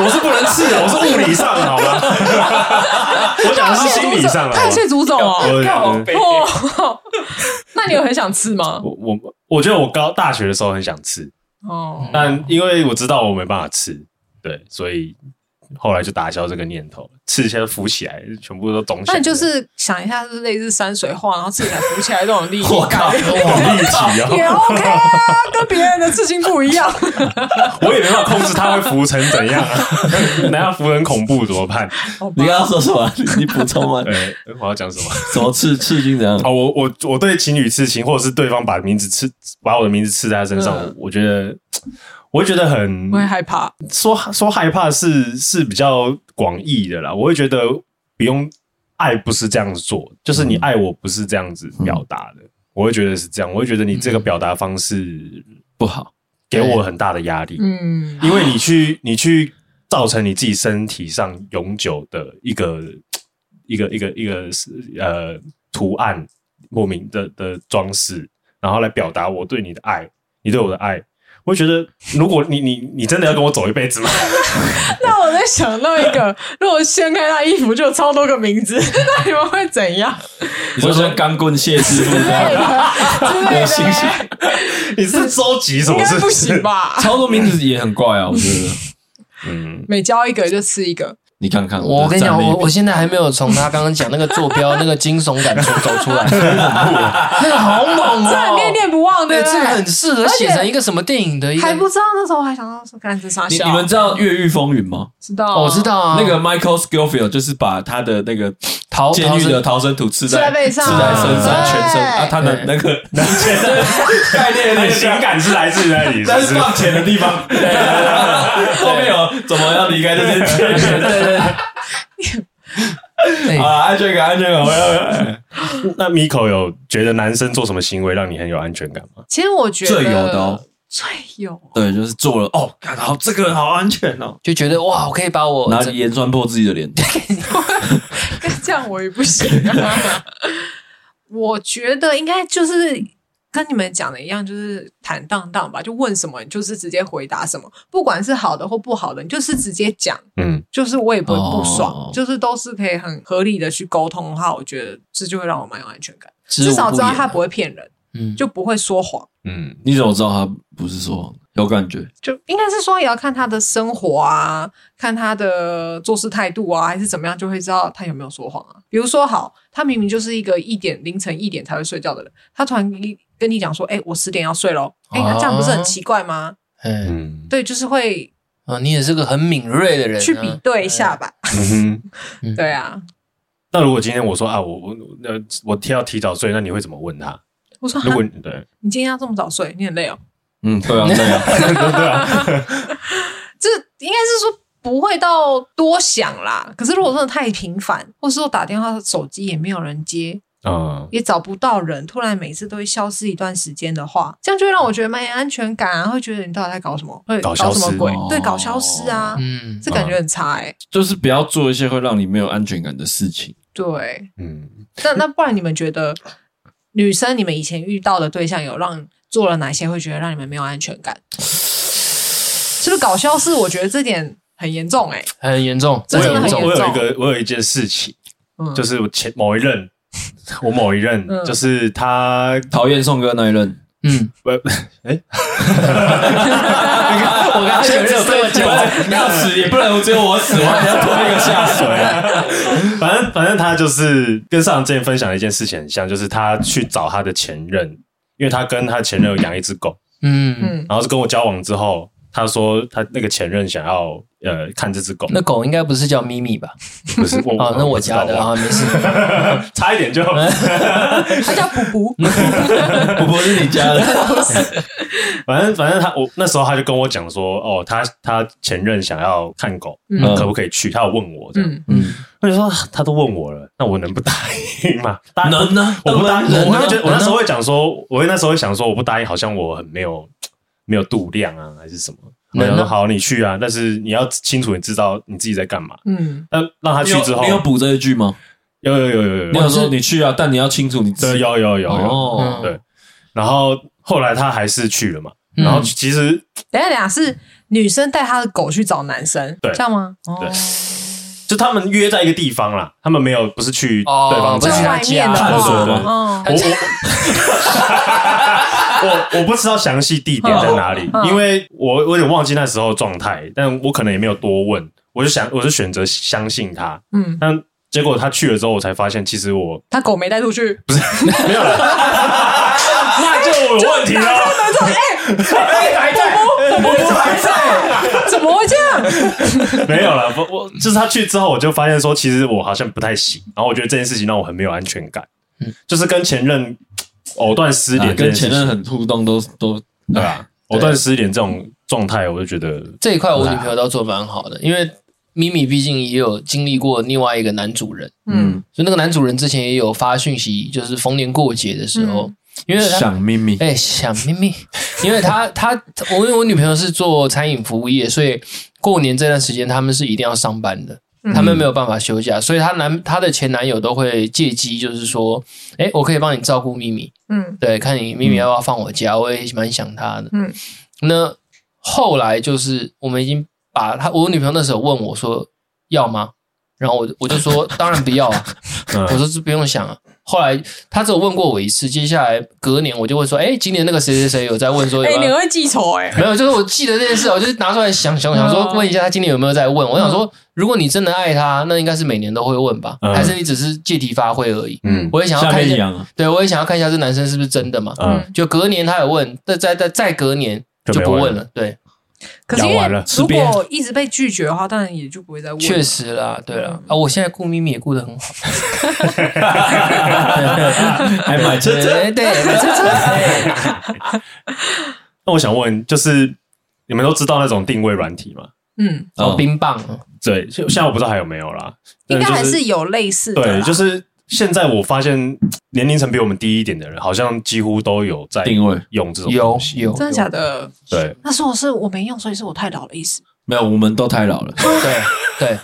S2: 我是不能吃的，我是物理上的好吗？我讲的是心理上的。好
S4: 太
S2: 吗
S4: 岁祖宗哦。
S2: 我
S4: 哦，那你有很想刺吗？
S2: 我我我觉得我高大学的时候很想吃，
S4: 哦，
S2: 但因为我知道我没办法吃，对，所以后来就打消这个念头，吃一下就浮起来，全部都肿起来。
S4: 那你就是想一下，是类似山水画，然后自己来浮起来这种立体
S1: 我靠
S4: 感，
S2: 好立体
S4: 也
S2: 哦，
S4: OK 啊，跟别人的刺青不一样。
S2: 我也没办法控制它会浮成怎样 啊，难道浮很恐怖怎么办？
S4: 好吧
S1: 你刚刚说什么？ 你你补充吗？
S2: 嗯对，我要讲什么？
S1: 什么刺刺青怎样？
S2: 哦，我我我对情侣刺青，或者是对方把名字刺，把我的名字刺在他身上，
S4: 嗯
S2: 我觉得，我会觉得很
S4: 我会害怕，
S2: 说说害怕是是比较广义的啦。我会觉得不用爱不是这样子做，就是你爱我不是这样子表达的，我会觉得是这样，我会觉得你这个表达方式
S1: 不好，
S2: 给我很大的压力，
S4: 嗯，
S2: 因 为你去你去造成你自己身体上永久的一个一个一个一个呃图案莫名的的装饰，然后来表达我对你的爱，你对我的爱。我会觉得，如果你你你真的要跟我走一辈子吗？
S4: 那我在想到一 个，如果掀开他衣服就有超多个名字， 那你们会怎样？
S1: 你说像钢棍谢 师傅这
S4: 之类
S1: 样，
S4: 的之类的欸，
S2: 你是周吉什
S4: 应
S2: 么？
S4: 该
S2: 是
S4: 不行？ 吧？
S1: 超多名字也很怪啊，我觉得。
S2: 嗯，
S4: 每交一个就吃一个，
S1: 你看看，
S3: 我
S1: 的
S3: 跟你讲，
S1: 战力
S3: 我我现在还没有从他刚刚讲那个坐标那个惊悚感中走出 来，
S1: 啊
S3: 那个好猛
S4: 这很
S3: 哦！
S4: 念念不忘，对
S3: 对，
S4: 不
S3: 这个很
S4: 对？
S3: 适合写成一个什么电影的一个
S4: 还不知道那时候我还想到说，干这傻
S1: 你
S4: 笑，
S1: 你们知道《越狱风云》吗？
S4: 知道啊？
S3: 哦我知道啊，
S1: 那个 Michael Scofield 就是把他的那个
S3: 逃
S1: 监狱的
S3: 生
S1: 逃生图刺
S4: 刺在背上
S1: 刺在身上，
S4: 对
S1: 全身啊，他的那个概念有
S2: 那
S1: 点
S2: 个情
S1: 像。
S2: 感是来自于那里，
S1: 但
S2: 但
S1: 是
S2: 是
S1: 放钱的地 方，后面有怎么要离开这间监
S3: 对
S1: 狱
S3: 对对，对
S1: 啊？安全感，安全感，我要哎
S2: 那 Miko 有觉得男生做什么行为让你很有安全感吗？
S4: 其实我觉得
S1: 最有的哦，
S4: 最有
S1: 对，就是做了哦，看好这个好安全哦，
S3: 就觉得哇，我可以把我
S1: 拿
S3: 整
S1: 盐酸破自己的脸，
S4: 这样我也不行、啊。 我觉得应该就是跟你们讲的一样，就是坦荡荡吧，就问什么你就是直接回答什么，不管是好的或不好的，你就是直接讲，
S2: 嗯，
S4: 就是我也不会不爽，
S1: 哦
S4: 就是都是可以很合理的去沟通的话，我觉得这就会让我蛮有安全感，
S3: 知无
S4: 至少知道
S3: 言
S4: 他不会骗人，
S3: 嗯
S4: 就不会说谎。
S2: 嗯，
S1: 你怎么知道他不是说谎有感觉？
S4: 就应该是说也要看他的生活啊，看他的做事态度啊，还是怎么样，就会知道他有没有说谎啊。比如说，好，他明明就是一个一点凌晨一点才会睡觉的人，他突然一跟你讲说：“哎、我十点要睡喽。哎、那这样不是很奇怪吗？
S3: 嗯
S2: 嗯
S4: 对，就是会
S3: 啊，你也是个很敏锐的人啊，
S4: 去比对一啊下吧。
S2: 嗯哼。
S3: 嗯
S4: 对啊，
S2: 那如果今天我说啊，我我呃我提要提早睡，那你会怎么问他？
S4: 我说
S2: 如
S4: 哈
S2: 果你对
S4: 你今天要这么早睡，你很累哦。
S1: 嗯，对啊，对 啊，
S2: 对对 啊，
S4: 这应该是说不会到多想啦。可是如果真的太频繁，或是说打电话手机也没有人接，
S2: 嗯
S4: 也找不到人，突然每次都会消失一段时间的话，这样就会让我觉得蛮有安全感啊，会觉得你到底在搞什么，会
S2: 搞消
S4: 什
S2: 失
S4: 么鬼
S1: 哦？
S4: 对，搞消失啊，
S3: 嗯，
S4: 这感觉很差哎、
S1: 就是不要做一些会让你没有安全感的事情。
S4: 对，
S2: 嗯，
S4: 那那不然你们觉得女生你们以前遇到的对象有让做了哪些会觉得让你们没有安全感？是不是搞消失？我觉得这点很严重哎、
S3: 很严重，
S4: 这
S2: 我
S4: 真
S2: 有
S4: 的很
S3: 严重
S4: 严
S2: 我
S4: 重
S2: 有一个我有一件事情，
S4: 嗯，
S2: 就是我前某一 任，我某一任
S4: 嗯
S2: 就是他，
S1: 讨厌宋哥那一任，
S3: 嗯，
S1: 我刚
S3: 才以为是这么久
S1: 你要死也不能只有我死，我还要拖那个下水。
S2: 反正反正他就是跟上之前分享的一件事情很像，就是他去找他的前任，因为他跟他前任有养一只狗，
S3: 嗯，
S4: 嗯，
S2: 然后是跟我交往之后，他说他那个前任想要呃看这只狗，
S3: 那狗应该不是叫咪咪吧？
S2: 不是
S1: 哦
S2: 我
S3: 嗯啊，那我
S2: 不知道
S3: 家的啊，没嗯事，
S2: 差一点就。
S4: 他叫补 补，
S1: 我不是你家的，
S2: 反正反正他我那时候他就跟我讲说，哦，他他前任想要看狗，
S4: 嗯
S2: 那可不可以去？他有问我这样，
S4: 嗯，
S1: 嗯，
S2: 我就说啊他都问我了，那我能不答应吗？答
S1: 能呢？
S2: 我不答应，
S1: 能啊
S2: 我我会
S1: 呢
S2: 觉得我那时候会讲说，我会那时候会想说，我不答应，好像我很没有没有度量啊，还是什么？我
S3: 能
S2: 想
S3: 啊
S2: 说好，你去啊，但是你要清楚，你知道你自己在干嘛。
S4: 嗯，
S2: 那让他
S1: 你
S2: 去
S1: 有
S2: 之后
S1: 你，有补这一句吗？
S2: 有有有有有
S1: 你有说你去啊，但你要清楚你自
S2: 对，
S1: 己。
S2: 有有有有。
S1: 哦，
S2: 对然后后来他还是去了嘛，
S3: 嗯
S2: 然后其实
S4: 等一下等一下是女生带她的狗去找男生，
S2: 对
S4: 这样吗？
S2: 对
S4: 哦。
S2: 就他们约在一个地方啦，他们没有不是去
S3: 哦
S2: 对方
S3: 不
S2: 家，
S3: 是
S4: 在
S3: 去他
S4: 外面的
S3: 家
S4: 话，
S1: 探索吗
S4: 嗯
S2: 我 我我我不知道详细地点在哪里
S4: 嗯，嗯
S2: 因为我我有点忘记那时候的状态，但我可能也没有多问，我就想我就选择相信他，
S4: 嗯，
S2: 但结果他去了之后，我才发现其实我
S4: 他狗没带出去，
S2: 没有了， 那就有问题了。
S1: 还在，我还在，
S4: 怎么会这样？
S2: 没有了，我我就是他去之后，我就发现说，其实我好像不太行，然后我觉得这件事情让我很没有安全感，
S3: 嗯啊
S2: 就是跟前任藕断丝连、
S1: 啊跟前任。很互动，都都
S2: 对啊，
S3: 对
S2: 藕断丝连这种状态，我就觉得
S3: 这一块我女朋友倒做得蛮好的，因为咪咪毕竟也有经历过另外一个男主人，
S4: 嗯，
S3: 就那个男主人之前也有发讯息，就是逢年过节的时
S4: 嗯
S3: 候，因为他
S1: 想秘密。
S3: 哎、想咪咪， 因为他他我因为我女朋友是做餐饮服务业，所以过年这段时间他们是一定要上班的，
S4: 嗯
S3: 他们没有办法休假，所以她男她的前男友都会借机就是说，哎，我可以帮你照顾咪咪，
S4: 嗯
S3: 对，看你咪咪要不要放我家，我也蛮想她的。
S4: 嗯
S3: 那后来就是我们已经把她，我女朋友那时候问我说要吗？然后我就我就说当然不要啊，
S2: 嗯
S3: 我说这不用想啊。后来她只有问过我一次，接下来隔年我就会说，哎，今年那个谁谁谁有在问说
S4: 哎、
S3: 有没
S4: 你
S3: 有？
S4: 会记仇哎、
S3: 没有，就是我记得这件事，我就是拿出来想想想说
S4: 哦
S3: 问一下她今年有没有在问。我想说，如果你真的爱她，那应该是每年都会问吧，
S2: 嗯
S3: 还是你只是借题发挥而已？
S2: 嗯
S3: 我也想要
S1: 下
S3: 看
S1: 面
S3: 一
S1: 一
S3: 下，
S1: 样啊，
S3: 对我也想要看一下这男生是不是真的嘛。
S2: 嗯，
S3: 就隔年他有问，再再再再隔年
S2: 就
S3: 就
S2: 没
S3: 不
S2: 问
S3: 问
S2: 了
S3: 了。对，
S4: 可是因
S2: 讲完了
S4: 为
S1: 吃
S4: 如
S1: 瘪
S4: 果一直被拒绝的话，当然也就不会再问。
S3: 确，实啦，对啦，
S4: 嗯
S3: 啊，我现在顾咪咪也顾得很好，
S1: 还 买车车，
S3: 对对，买车
S2: 嗯
S3: 车，哎
S2: 那我想问，就是你们都知道那种定位软体吗？
S4: 嗯，
S3: 哦，
S1: 嗯
S3: 冰棒，
S2: 对，现现在我不知道还有没有啦，
S4: 应该
S2: 但
S4: 还
S2: 就是
S4: 有类似的啦。
S2: 对，就是现在我发现年龄层比我们低一点的人，好像几乎都有在
S1: 定位
S2: 用这种
S3: 有
S2: 东西。
S3: 有，
S4: 真的假的？
S2: 对，
S4: 那说我是我没用，所以是我太老的意思。
S1: 没有，我们都太老了。
S3: 有？对对，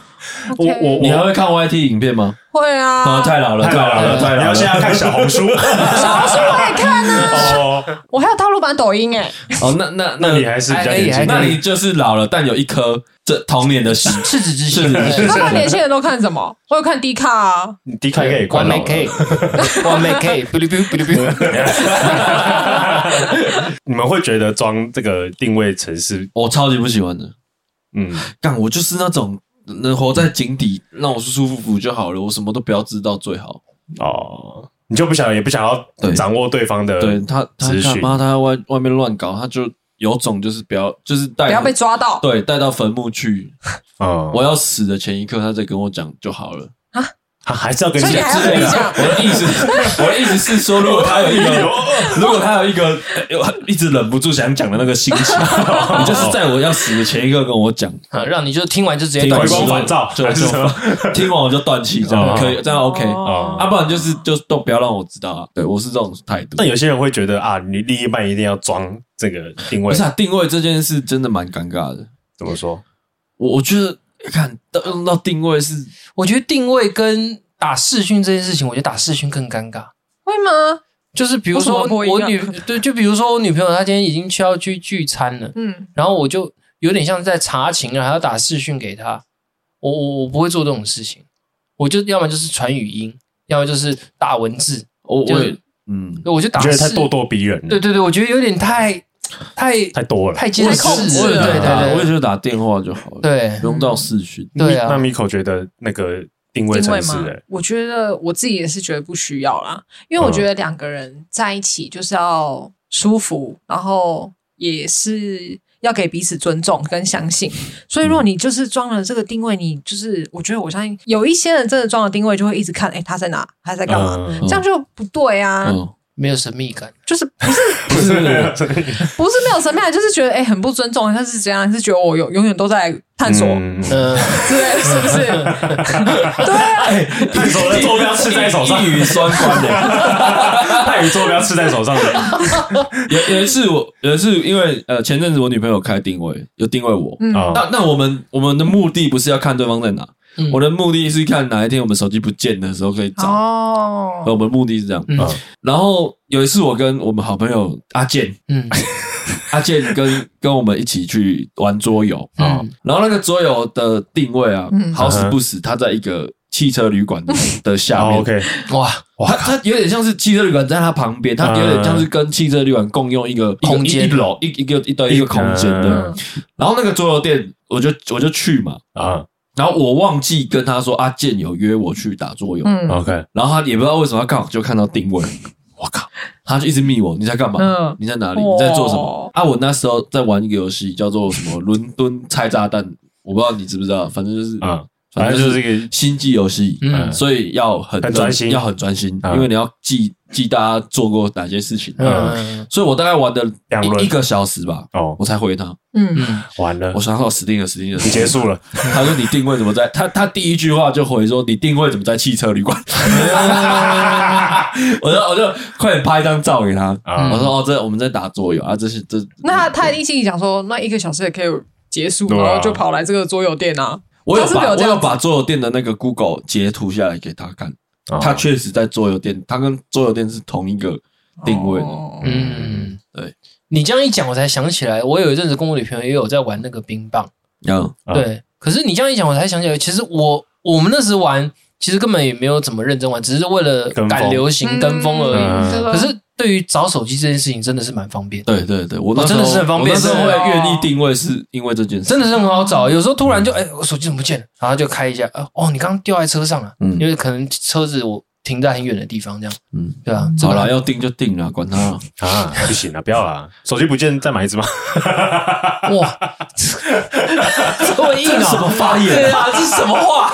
S2: 我
S4: OK
S2: 我
S1: 你还
S2: 我
S1: 会看啊 YT 影片吗？
S4: 会啊，
S1: 啊，太老了，太老了，太
S2: 你
S1: 老
S2: 要现在
S1: 了。
S2: 看小红书
S4: 小红书我也看呢、
S2: 哦，
S4: 我还有大陆版抖音哎、
S1: 哦，那那
S2: 那
S1: 那
S2: 你还是比较
S3: 哎
S2: 年
S3: 还
S2: 轻
S1: 那
S3: 可以
S1: 你就是老了，但有一颗这童年的心。
S3: 赤子之
S1: 赤
S3: 心，
S1: 子之心
S4: 那
S3: 对
S4: 他们年轻人都看什么？我有看 D 卡啊，
S2: 你低开可以关了
S3: 完美 K，完美 K，哔哩哔哩哔哩哔哩，
S2: 你们会觉得装这个定位城市，
S1: 我超级不喜欢的。
S2: 嗯，
S1: 干，我就是那种能活在井底，让我舒舒服服就好了，我什么都不要知道最好。
S2: 哦，你就不想也不想要
S1: 对
S2: 掌握对方的，
S1: 对他，他
S2: 咨
S1: 他
S2: 询
S1: 妈他在外外面乱搞，他就有种就是不要，就是带
S4: 不要被抓到。
S1: 对带到坟墓去。
S2: 嗯，
S1: 我要死的前一刻，他再跟我讲就好了。
S2: 还还是要跟
S4: 所以你
S2: 讲
S4: 还要
S1: 之类
S4: 跟
S1: 的
S4: 你讲，
S1: 我的意思， 我的意思是说，如果他有一个，如果他有一个呃一直忍不住想讲的那个心情，你就是在我要死的前一刻跟我讲，
S3: 啊，让你就听完就直接
S1: 听
S3: 断
S1: 完
S2: 回
S1: 就
S3: 气
S2: 光返照
S1: 就
S2: 还是
S1: 就
S2: 什么？
S1: 听完我就断气，这样
S2: 哦
S1: 可以，这样 OK。
S4: 哦
S1: 啊，不然就是就都不要让我知道啊。对我是这种态度
S2: 但。有些人会觉得啊，你另一半一定要装这个定
S1: 不
S2: 位
S1: 是，啊，定位这件事真的蛮尴尬的。
S2: 怎么说？
S1: 我我觉得看到用到定位是
S3: 我觉得定位跟打视讯这件事情，我觉得打视讯更尴尬。
S4: 会吗？
S3: 就是比如说
S4: 为什么不一
S3: 我
S4: 样
S3: 女对，就比如说我女朋友她今天已经需要去聚餐了，
S4: 嗯，
S3: 然后我就有点像在查情啊了，还要打视讯给他。我我我不会做这种事情，我就要么就是传语音，要么就是打文字，
S1: 我
S3: 就
S1: 我也
S3: 是
S1: 嗯，
S3: 我就打
S2: 你觉得太
S3: 视。
S2: 咄咄逼人了
S3: 对，对对，我觉得有点太太
S2: 太多了。
S3: 太监视
S4: 太控制
S3: 了，
S1: 我也
S4: 了
S1: 觉
S3: 对
S1: 得打我也
S3: 对
S1: 觉得打电话就好了，，
S3: 对
S1: 不用到视讯。
S3: 对
S2: 那
S3: 啊，
S2: Miko 觉得那个定位
S4: 定
S2: 城
S4: 位
S2: 市
S4: 吗
S2: 欸，？
S4: 我觉得我自己也是觉得不需要啦，因为我觉得两个人在一起就是要舒服，然后也是要给彼此尊重跟相信。所以，如果你就是装了这个定位，你就是我觉得我相信有一些人真的装了定位，就会一直看，哎、他在哪？他在干嘛？
S2: 嗯
S1: 嗯
S4: 这样就不对啊！
S1: 嗯，
S3: 没有神秘感。
S4: 就是不是
S1: 不是
S2: 嗯
S4: 不是没有审美，就是觉得哎、诶很不尊重，他是怎样？是觉得我有永远都在探索
S2: 嗯
S3: 嗯，
S4: 之类的，是不是？对啊，
S2: 太手的坐标刺在手上
S1: 一，语双关的。
S2: 太宇坐标刺在手上的
S1: 有有一次我有一次因为呃前阵子我女朋友开定位，有定位我。
S4: 嗯
S2: 啊，
S1: 那那我们我们的目的不是要看对方在哪，
S3: 哦嗯
S1: 我的目的是看哪一天我们手机不见的时候可以找。呃
S4: 哦，
S1: 我们目的是这样。
S3: 嗯
S1: 然后有一次我跟我们好朋友阿健，
S3: 嗯
S1: 阿健跟跟我们一起去玩桌游啊、
S3: 嗯
S1: 然后那个桌游的定位啊，
S4: 嗯
S1: 好死不死，它在一个汽车旅 馆的的下面。
S2: 好哦 OK，
S3: 哇，
S1: 它它有点像是汽车旅馆在它旁边，它有点像是跟汽车旅馆共用一个一个
S3: 嗯空间
S1: 一一楼一一个一个一个空间的
S2: 嗯。
S1: 然后那个桌游店，我就我就去嘛，
S2: 啊
S1: 然后我忘记跟他说阿健有约我去打桌游，
S4: 嗯
S2: ，OK，
S1: 然后他也不知道为什么，他刚好就看到定位，我靠，他就一直密我，你在干嘛？
S4: 嗯
S1: 你在哪里？
S4: 哇
S1: 你在做什么？啊，我那时候在玩一个游戏叫做什么伦敦拆炸弹，我不知道你知不知道，反正就是
S2: 嗯，
S1: 反正就
S2: 反正就是一
S1: 是
S2: 个
S1: 星际游戏，
S3: 嗯
S1: 所以要很
S2: 很专心
S1: 要很专心，
S2: 嗯
S1: 因为你要记记大家做过哪些事情。
S3: 嗯
S1: 所以我大概玩了
S2: 两轮
S1: 一一个小时吧，
S2: 哦
S1: 我才回他。
S4: 嗯，
S3: 嗯，
S2: 完了
S1: 我，想到死定了，死定了，
S2: 你结束了，
S1: 他说你定位怎么在？他他第一句话就回说你定位怎么在汽车旅馆？ 我就我就快点拍一张照给他。
S2: 啊
S3: 嗯
S1: 我说哦，这我们在打桌游啊，这是这。
S4: 那他他一定心里想说，那一个小时也可以结束，
S2: 对啊
S4: 然后就跑来这个桌游店啊，
S1: 我有
S4: 他是不是
S1: 把
S4: 有
S1: 我
S4: 这样
S1: 有
S4: 子
S1: 把桌游店的那个 Google 截图下来给他看，
S2: 哦
S1: 他确实在桌游店，他跟桌游店是同一个定位的。
S4: 哦
S3: 嗯，
S1: 对。
S3: 你这样一讲，我才想起来，我有一阵子跟我女朋友也有在玩那个冰棒。
S1: 嗯，
S2: 啊
S3: 对，可是你这样一讲，我才想起来，其实我我们那时玩，其实根本也没有怎么认真玩，只是为了
S2: 跟风
S3: 赶流行
S4: 嗯
S3: 跟风而已。
S4: 嗯对吧
S3: 可是对于找手机这件事情，真的是蛮方便的，
S1: 对对对，我那
S3: 哦
S1: 时候、
S3: 真的是很方
S1: 我
S3: 便
S1: 那时候
S4: 是哦
S1: 会愿意定位是因为这件事，
S3: 真的是很好找。有时候突然就哎，我手机怎么不见了？然后就开一下，呃哦，你刚刚掉在车上了，
S1: 嗯
S3: 因为可能车子我停在很远的地方，这样，
S1: 嗯，
S3: 对啊吧？这
S1: 好
S3: 个
S1: 了，要定就定了，管他了。
S2: 啊，不行了，不要了，手机不见再买一只吧。
S3: 哇，这么硬啊！
S1: 这是什么发言
S3: 对啊，这是什么话？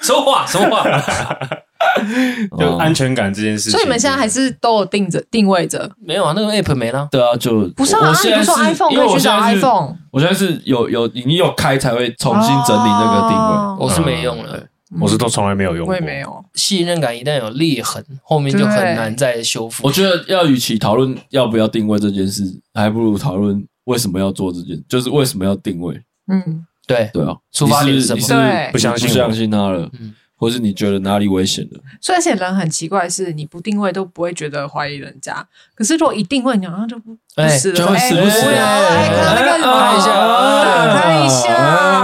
S3: 什么话？什 么话？
S2: 就
S1: 哦
S2: 安全感这件事情，
S4: 所以你们现在还是都有定着定位着，
S3: 没有啊，那个 app 没了。
S1: 对啊，就
S4: 不是啊？
S1: 我
S4: 啊
S1: 我
S4: 你
S1: 现在
S4: 不是
S1: 是
S4: 说 iPhone
S1: 因为
S4: 可以
S1: 我
S4: 去
S1: 现
S4: 找
S1: 在是
S4: iPhone，
S1: 我现在是有有你有开才会重新整理那个定位。
S4: 哦
S3: 我是没用了。
S2: 我是都从来没有用过，
S4: 嗯我也没有。
S3: 信任感一旦有裂痕，后面就很难再修复
S1: 我。觉得要与其讨论要不要定位这件事，还不如讨论为什么要做这件，就是为什么要定位。
S4: 嗯，
S3: 对，
S1: 对啊，
S3: 出发点
S1: 你是
S3: 是什么
S1: 你是
S4: 对
S1: 不相信
S2: 不
S1: 不
S2: 相
S1: 相信他了，
S3: 嗯
S1: 或是你觉得哪里危险了？
S4: 所以而且人很奇怪，是你不定位都不会觉得怀疑人家，可是如果一定位，你好像就不不
S3: 哎
S4: 是
S1: 就
S4: 了，
S1: 会
S4: 哎
S1: 时不时
S4: 无聊
S1: 哎
S4: 哎看那个
S3: 哎看一下
S4: 打开一下，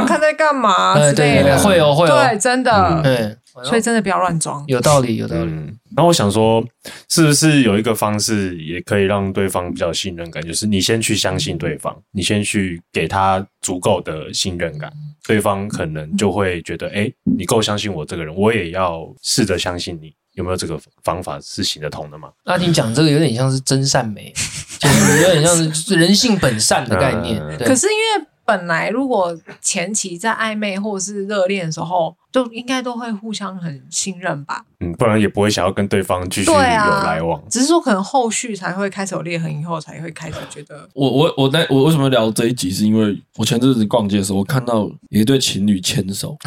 S1: 哎
S4: 看在干嘛
S3: 哎
S4: 啊之类
S3: 对，
S4: 的，
S3: 会哦，会
S4: 对，
S3: 哦，
S4: 真的，
S3: 嗯，
S4: 所以真的不要乱装。
S3: 有道理，有道理。
S2: 嗯，然后我想说，是不是有一个方式也可以让对方比较有信任感？就是你先去相信对
S4: 嗯
S2: 方，你先去给他足够的信任感，对方可能就会觉得，哎、你够相信我这个人，我也要试着相信你。有没有这个方法是行得通的吗？
S3: 那你讲这个有点像是真善美，就是有点像是人性本善的概念。
S2: 嗯
S3: 对
S4: 可是因为本来如果前期在暧昧或是热恋的时候，就应该都会互相很信任吧？
S2: 嗯，不然也不会想要跟对方继续有
S4: 对啊，
S2: 来往。
S4: 只是说可能后续才会开始有裂痕，以后才会开始觉得
S1: 我我我那我为什么聊这一集？是因为我前阵子逛街的时候，我看到有一对情侣牵手，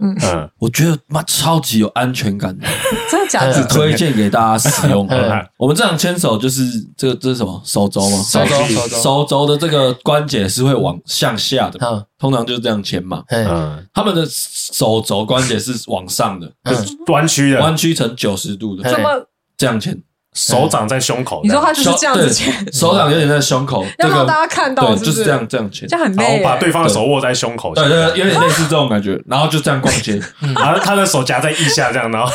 S2: 嗯，
S1: 我觉得妈超级有安全感的，
S4: 真的假的
S1: 只？推荐给大家使
S4: 哎
S1: 用
S3: 嗯。
S1: 我们这样牵手就是这个这是什么手肘吗？
S3: 手肘手肘
S1: 手肘的这个关节是会往向下的，
S3: 嗯，
S1: 通常就是这样牵嘛。
S3: 嗯，
S2: 嗯，
S1: 他们的手肘关节是往上的，
S2: 就是弯曲的
S1: 弯曲成九十度的，
S4: 怎么？
S1: 这样牵。
S2: 手掌在胸口
S4: 你
S2: 这样，
S4: 说他哎就是这样子牵，
S1: 对手掌有点在胸口，
S4: 要
S1: 这
S4: 让
S1: 个
S4: 大家看到，
S1: 对，
S4: 是不
S1: 就是
S4: 是
S1: 这样？这样牵
S4: 这。样很
S2: 然
S4: 累
S2: 后把
S4: 欸。
S2: 对方的手握在胸口上，
S1: 对对，对有点类似这种感觉，然后就这样逛街，
S2: 然后他的手夹在腋下这样，然后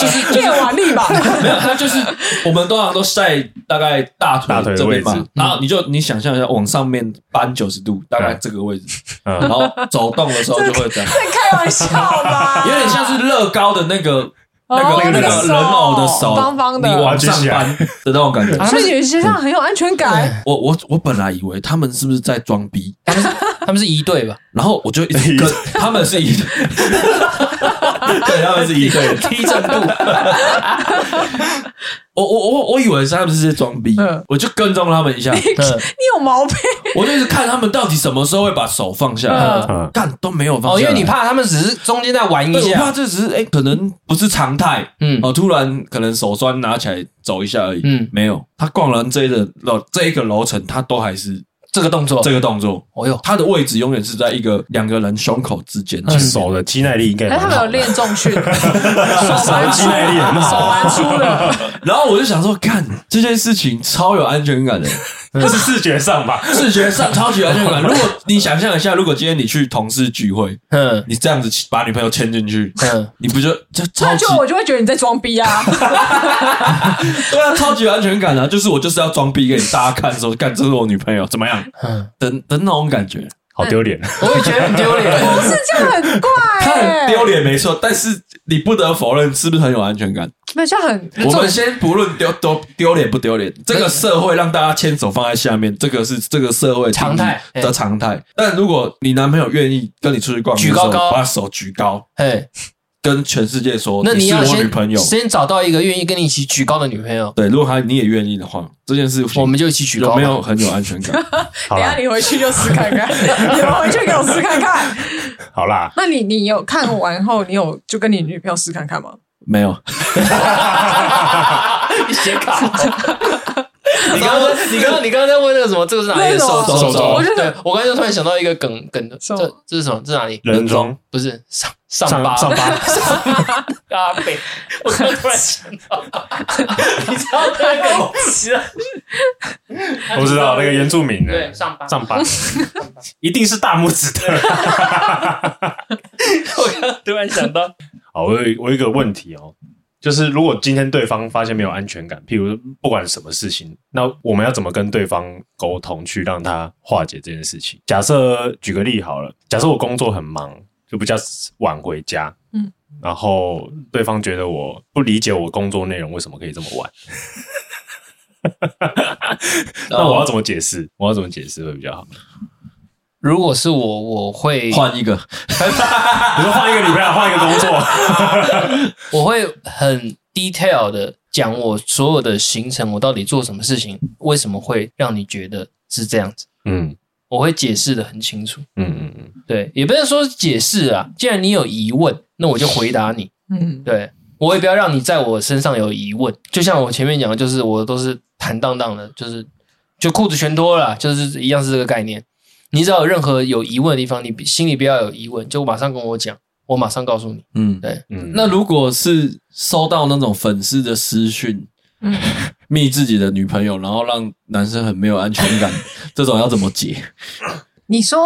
S4: 就是练腕力吧，
S1: 没有，他就是我们通常都晒大概大腿
S2: 大腿的
S1: 这边嘛
S2: 位置，
S1: 然后你就你想象一下，往上面扳九十度，大概这个位置，
S2: 嗯
S1: 然后走动的时候就会这样，
S4: 在开玩笑吧？
S1: 有点像是乐高的那个
S4: 哦
S1: 那个
S4: 那个
S1: 个人偶的手，
S4: 方方的
S1: 你
S2: 啊
S1: 往上扳的那种 感觉。
S4: 所以有些上很有安全感。
S1: 我我我本来以为他们是不是在装逼，
S3: 他们是一对吧？
S1: 然后我就一直 跟他们是一对， 对，他们是一对，
S3: 踢正步，
S1: 我我我我以为是他们是在装逼
S4: 嗯，
S1: 我就跟踪他们一下，
S3: 嗯，
S4: 你有毛病，
S1: 我就一直看他们到底什么时候会把手放下来
S2: 嗯，
S1: 干都没有放
S3: 哦，
S1: 下来，
S3: 因为你怕他们只是中间在玩一
S1: 对，我怕
S3: 下，
S1: 这只是哎，可能不是常态，
S3: 嗯
S1: 哦，突然可能手酸拿起来走一下而已，
S3: 嗯
S1: 没有，他逛完这一个楼这一个楼层，他都还是
S3: 这个动作，
S1: 这个动作，
S3: 哦哟，
S1: 他的位置永远是在一个两个人胸口之
S3: 嗯
S1: 间，
S2: 其实手的肌耐力应该也
S4: 哎，他
S2: 蛮
S4: 们
S2: 好
S4: 有
S2: 的
S4: 练重训，手蛮
S2: 肌
S4: 粗
S2: 耐力很
S4: 手
S2: 好
S4: 蛮粗的，
S1: 然后我就想说，干这件事情超有安全感的，
S2: 这是视觉上吧？
S1: 视觉上超级有安全感。如果你想象一下，如果今天你去同事聚会，
S3: 嗯
S1: 你这样子把女朋友牵进去，
S3: 嗯，
S1: 你不就就超
S4: 那
S1: 级
S4: 就我就会觉得你在装逼 啊。
S1: 对啊，超级有安全感啊！就是我就是要装逼给大家看说干这是我女朋友怎么样
S3: 嗯，
S1: 的的那种感觉，
S2: 好丢脸，
S4: 嗯
S3: 我也觉得很丢脸。
S4: 不是这样很怪
S1: 他
S4: 欸，
S1: 很丢脸没错，但是你不得否认是不是很有安全感？
S4: 没有，这样很
S1: 我们先不论丢丢丢脸不丢脸，这个社会让大家牵手放在下面，这个是这个社会
S3: 常态哎
S1: 定义的常态。但如果你男朋友愿意跟你出去逛街的时候，
S3: 举高高
S1: 把手举高，
S3: 哎，
S1: 跟全世界说
S3: 那
S1: 你
S3: 你
S1: 是
S3: 要
S1: 我
S3: 先
S1: 女朋友。
S3: 先找到一个愿意跟你一起举高的女朋友，
S1: 对，如果他你也愿意的话，这件事情
S3: 我们就一起举高。
S1: 有没有？很有安全 感？
S2: 好
S4: 等一下
S2: 啦，
S4: 你回去就试看看， 你们回去给我试看看。
S2: 好啦，
S4: 那你你有看完后，你有就跟你女朋友试看看吗？
S1: 没有，
S3: 你写卡。你刚刚在你刚刚你刚刚在问那个什么，这个是哪里的
S4: 那
S3: 手
S4: 个
S3: 手
S2: 手
S3: 肘？
S2: 肘
S4: 我觉
S3: 对
S4: 得
S3: 我刚才就突然想到一个梗梗的，这
S4: 手
S3: 这是什么？这是哪里？
S2: 人中
S3: 不是上上巴
S2: 上上巴
S3: 阿北，我刚突然想 到，你知道那个词啊？
S2: 我知道那个原住民的
S3: 对上巴
S2: 上 巴，一定是大拇指的。
S3: 我刚突然想到，
S2: 好，我有我有一个问题哦，就是如果今天对方发现没有安全感，譬如不管什么事情，那我们要怎么跟对方沟通，去让他化解这件事情？假设举个例好了，假设我工作很忙，就比较晚回家，
S4: 嗯，
S2: 然后对方觉得我不理解我工作内容为什么可以这么晚， 那我要怎么解释？我要怎么解释会比较好？
S3: 如果是我，我会
S1: 换一个，
S2: 你说换一个女朋友，换一个工作，
S3: 我会很 detail 的讲我所有的行程，我到底做什么事情，为什么会让你觉得是这样子，
S2: 嗯
S3: 我会解释的很清楚。
S2: 嗯嗯嗯，
S3: 对，也不能说解释啊，既然你有疑问，那我就回答你。
S4: 嗯，
S3: 对我也不要让你在我身上有疑问。就像我前面讲的，就是我都是坦荡荡的，就是就裤子全脱了啦，就是一样是这个概念。你只要有任何有疑问的地方，你心里不要有疑问，就马上跟我讲，我马上告诉你。
S1: 嗯，
S3: 对，
S2: 嗯
S1: 那如果是收到那种粉丝的私讯，
S4: 嗯
S1: 密自己的女朋友，然后让男生很没有安全 感，这种要怎么解？
S4: 你说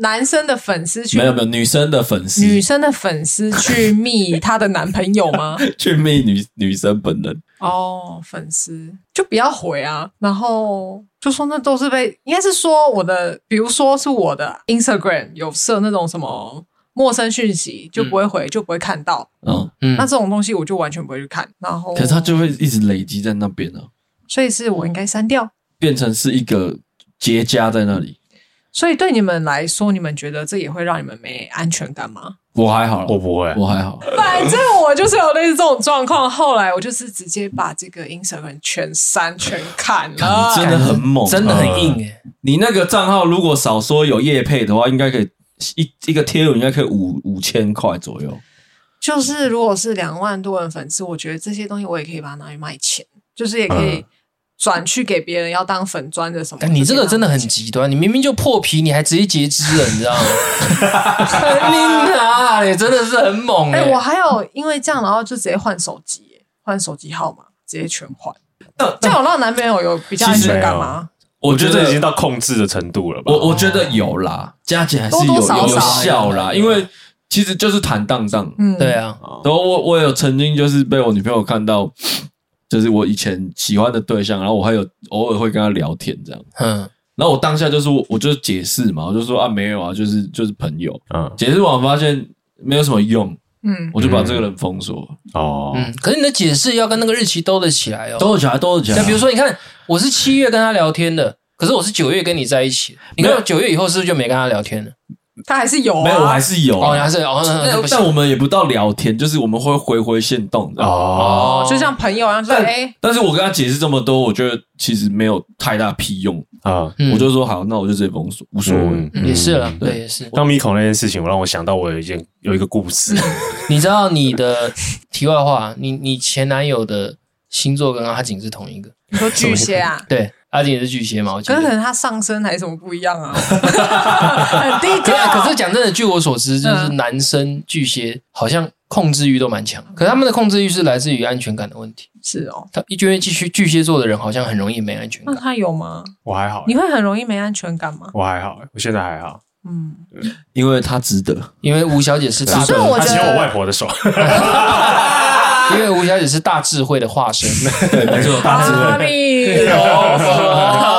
S4: 男生的粉丝去
S1: 没有没有，女生的粉丝
S4: 女生的粉丝去密她的男朋友吗？
S1: 去密女女生本人，
S4: 哦，粉丝就不要回啊，然后就说那都是被，应该是说我的，比如说是我的 Instagram 有设那种什么陌生讯息，就不会回，就不会看到。
S1: 嗯，
S3: 嗯
S4: 那，这种东西我就完全不会去看，然后
S1: 可是他就会一直累积在那边啊，
S4: 所以是我应该删掉。
S1: 变成是一个结痂在那里。
S4: 所以对你们来说，你们觉得这也会让你们没安全感吗？
S1: 我还好啦，
S2: 我不会，
S1: 我还好，
S4: 反正我就是有类似这种状况，后来我就是直接把这个 Instagram 全删全砍了。
S1: 啊真的很猛，
S3: 真的很硬欸诶、
S1: 你那个账号如果少说有业配的话，应该可以一一个贴文应该可以五五千块左右。
S4: 就是如果是两万多人粉丝，我觉得这些东西我也可以把它拿去卖钱，就是也可以转去给别人要当粉砖的什么。
S3: 但你这个真的很
S4: 就可以
S3: 极端，你明明就破皮，你还直接截肢了，你知 道吗？啊你哪嘞，真的是很猛
S4: 拿
S3: 哎、
S4: 去卖。哎、我还有因为这样，然后就直接换手机，换手机号码，直接全换。这样有让男朋友有比较安全感吗？
S1: 我
S2: 我觉得这已经到控制的程度了吧？
S1: 我我觉得有啦，加起来是有
S4: 多多少
S1: 有
S4: 少
S1: 效啦，因为其实就是坦荡荡。
S4: 嗯，
S3: 对。啊，
S1: 然后我我有曾经就是被我女朋友看到，就是我以前喜欢的对象，然后我还有偶尔会跟她聊天这样。
S3: 嗯，
S1: 然后我当下就是我我就解释嘛，我就说啊没有啊，就是就是朋友。
S2: 嗯
S1: 解释完发现没有什么用，
S4: 嗯，
S1: 我就把这个人封锁。
S2: 哦
S3: 嗯，可是你的解释要跟那个日期兜得起来哦。
S1: 都有起来，都有起来。
S3: 像比如说，你看我是七月跟他聊天的，可是我是九月跟你在一起，你
S1: 没
S3: 看
S1: 有
S3: 九月以后是不是就没跟他聊天了？
S4: 他还是有、啊，
S1: 没有，我还是有啊。
S3: 哦，你还是哦，那那
S1: 但
S3: 不行
S1: 但我们也不到聊天，就是我们会回回线动的。
S2: 哦，
S4: 哦，就像朋友一样说，
S1: 但
S4: 哎、
S1: 但是我跟他解释这么多，我觉得其实没有太大屁用，
S2: 啊，
S3: 嗯
S1: 我就说好，那我就直接封锁，无所谓。
S3: 也是了，
S1: 对
S3: 对，也是。
S2: 当米孔嗯那件事情，我让我想到我有一件有一个故事，
S3: 你知道你的题外话，你你前男友的星座跟阿景是同一个，
S4: 你说巨蟹 啊，
S3: 对，阿景也是巨蟹嘛，我记
S4: 可
S3: 得
S4: 是可。能他上身还是什么不一样 啊，很低
S3: 可
S4: 调。
S3: 啊
S1: 啊
S3: 可是讲真的，据我所知，就是
S4: 啊嗯
S3: 男生巨蟹好像控制欲都蛮强，可是他们的控制欲是来自于安全感的问题。
S4: 是哦，
S3: 他因为巨蟹巨蟹座的人好像很容易没安全
S4: 那
S3: 感。
S4: 他有吗？
S2: 我还好，欸
S4: 你会很容易没安全感吗？
S2: 我还好，欸我现在还好，
S4: 嗯，
S1: 因为他值得。
S3: 因为吴小姐是大
S4: 所以我
S2: 他
S4: 觉
S2: 牵
S4: 得
S2: 我外婆的手，
S3: 因为吴小姐是大智慧的化 身。
S1: 对，没错，大智
S4: 阿
S1: 慧。
S4: 弥
S1: 啊
S4: 陀佛。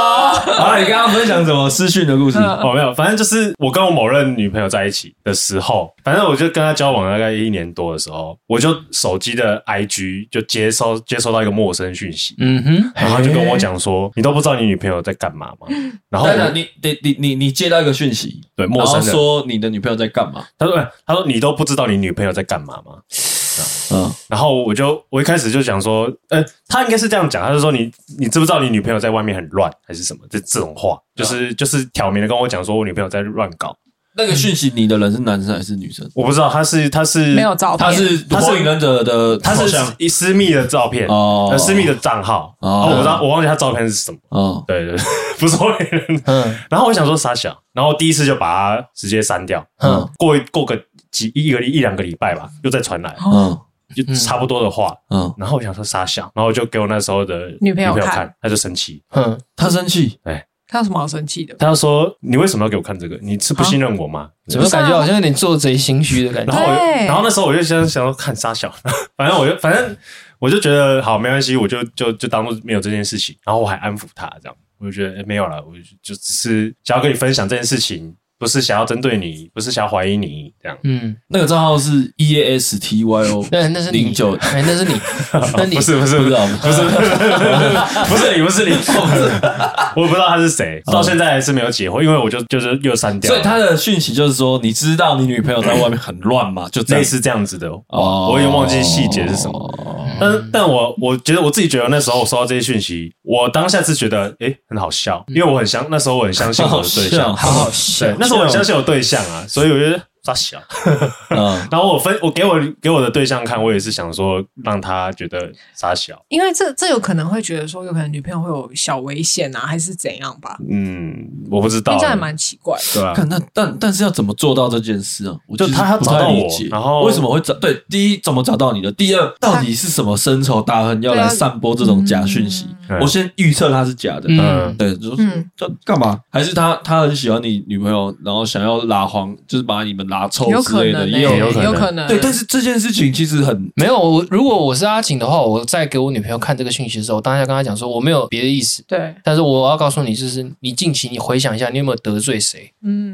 S1: 好了，你刚刚分享什么私讯的故事？
S4: 嗯
S2: 哦没有，反正就是我跟我某任女朋友在一起的时候，反正我就跟她交往大概一年多的时候，我就手机的 IG 就接收接收到一个陌生讯息，
S3: 嗯哼，
S2: 然后她就跟我讲说，你都不知道你女朋友在干嘛吗？然后
S1: 对
S2: 我
S1: 的，你你你你你接到一个讯息，
S2: 对
S1: 然
S2: 陌
S1: 后
S2: 生人，
S1: 说你的女朋友在干嘛？
S2: 她说哎她说你都不知道你女朋友在干嘛吗？
S1: 嗯，
S2: 然后我就我一开始就想说，呃，他应该是这样讲，他就说你你知不知道你女朋友在外面很乱还是什么这这种话，就是、就是挑明的跟我讲说我女朋友在乱搞，
S1: 那个讯息你的人是男生还是女生？
S2: 我不知道他是他是
S4: 没有照片，
S1: 他是
S2: 哦他是
S1: 火影忍者的
S2: 他
S1: 头
S2: 是
S1: 像
S2: 一私密的照片，
S1: 哦
S2: 呃私密的账号，
S1: 哦
S2: 啊，我不知道我忘记他照片是什么，
S1: 哦，
S2: 对对，对 不是我本人。
S3: 嗯
S2: 然后我想说傻小，然后第一次就把它直接删掉，
S3: 嗯
S2: 过一过个几一个一两个礼拜吧，又再传来
S1: 嗯
S2: 就差不多的话，
S1: 嗯，
S2: 然后我想说傻小，然后就给我那时候的
S4: 女朋友看
S2: 看，他就生气，
S3: 嗯，
S1: 他生气，
S4: 他有什么好生气的？
S2: 他就说你为什么要给我看这个？你是不信任我吗？
S1: 嗯
S3: 怎么感觉好像有点做贼心虚的感
S2: 然
S3: 觉？
S2: 后我就，
S4: 对
S2: 然后那时候我就想想说看傻小，反正我就反正我就觉得好没关系，我就就就当做没有这件事情，然后我还安抚他这样，我就觉得、诶没有了，我就就只是想要跟你分享这件事情，不是想要针对你，不是想要怀疑你这样。
S3: 嗯，
S1: 那个账号是 E A S T Y O，
S3: 那那是你
S1: 零九，
S3: 哎，那是 你，那你
S2: 不是不是
S1: 不
S2: 不
S1: 知
S2: 是
S1: 道
S2: 不是 不是你不是你，我不知道他是谁，到现在还是没有解惑，因为我就就是又删掉
S1: 所
S2: 了，
S1: 以他的讯息就是说，你知道你女朋友在外面很乱吗？就这
S2: 类
S1: 样
S2: 似这样子的，
S1: 哦
S2: 我已经忘记细节是什么。但是，但我我觉得我自己觉得那时候我收到这些讯息，我当下是觉得诶、很好笑，因为我很相那时候我很相信我的对象，
S1: 好
S3: 好好笑
S2: 对，，那时候我很相信我对象啊，所以我觉得傻小。
S1: 嗯，
S2: 然后我分我给我给我的对象看，我也是想说让他觉得傻小，
S4: 因为这这有可能会觉得说，有可能女朋友会有小危险啊，还是怎样吧？
S2: 嗯，我不知
S4: 因
S2: 道
S4: 为
S2: 欸，
S4: 这样也蛮奇怪的。
S2: 对啊，
S1: 看那但但是要怎么做到这件事啊？我
S2: 就
S1: 其实
S2: 他要
S1: 不
S2: 找
S1: 太
S2: 到
S1: 理
S2: 我
S1: 解
S2: 然后
S1: 为什么会找对？第一，怎么找到你的？第二，到底是什么深仇大恨要
S4: 对
S1: 来
S4: 啊
S1: 散播这种假讯息？
S2: 嗯
S1: 我先预测他是假的。
S3: 嗯
S1: 对，就是
S4: 嗯
S1: 这干嘛？还是他他很喜欢你女朋友，然后想要拉黄，就是把你们拉臭
S4: 有
S1: 之
S4: 可
S1: 类的，
S4: 能、
S1: 也
S4: 欸，
S1: 有
S2: 有可能
S4: 可能。
S1: 对。但是这件事情其实很
S3: 没有，我如果我是阿景的话，我在给我女朋友看这个讯息的时候，我当下跟她讲说我没有别的意思，
S4: 对，
S3: 但是我要告诉你，就是你近期你回想一下，你有没有得罪谁？
S4: 嗯，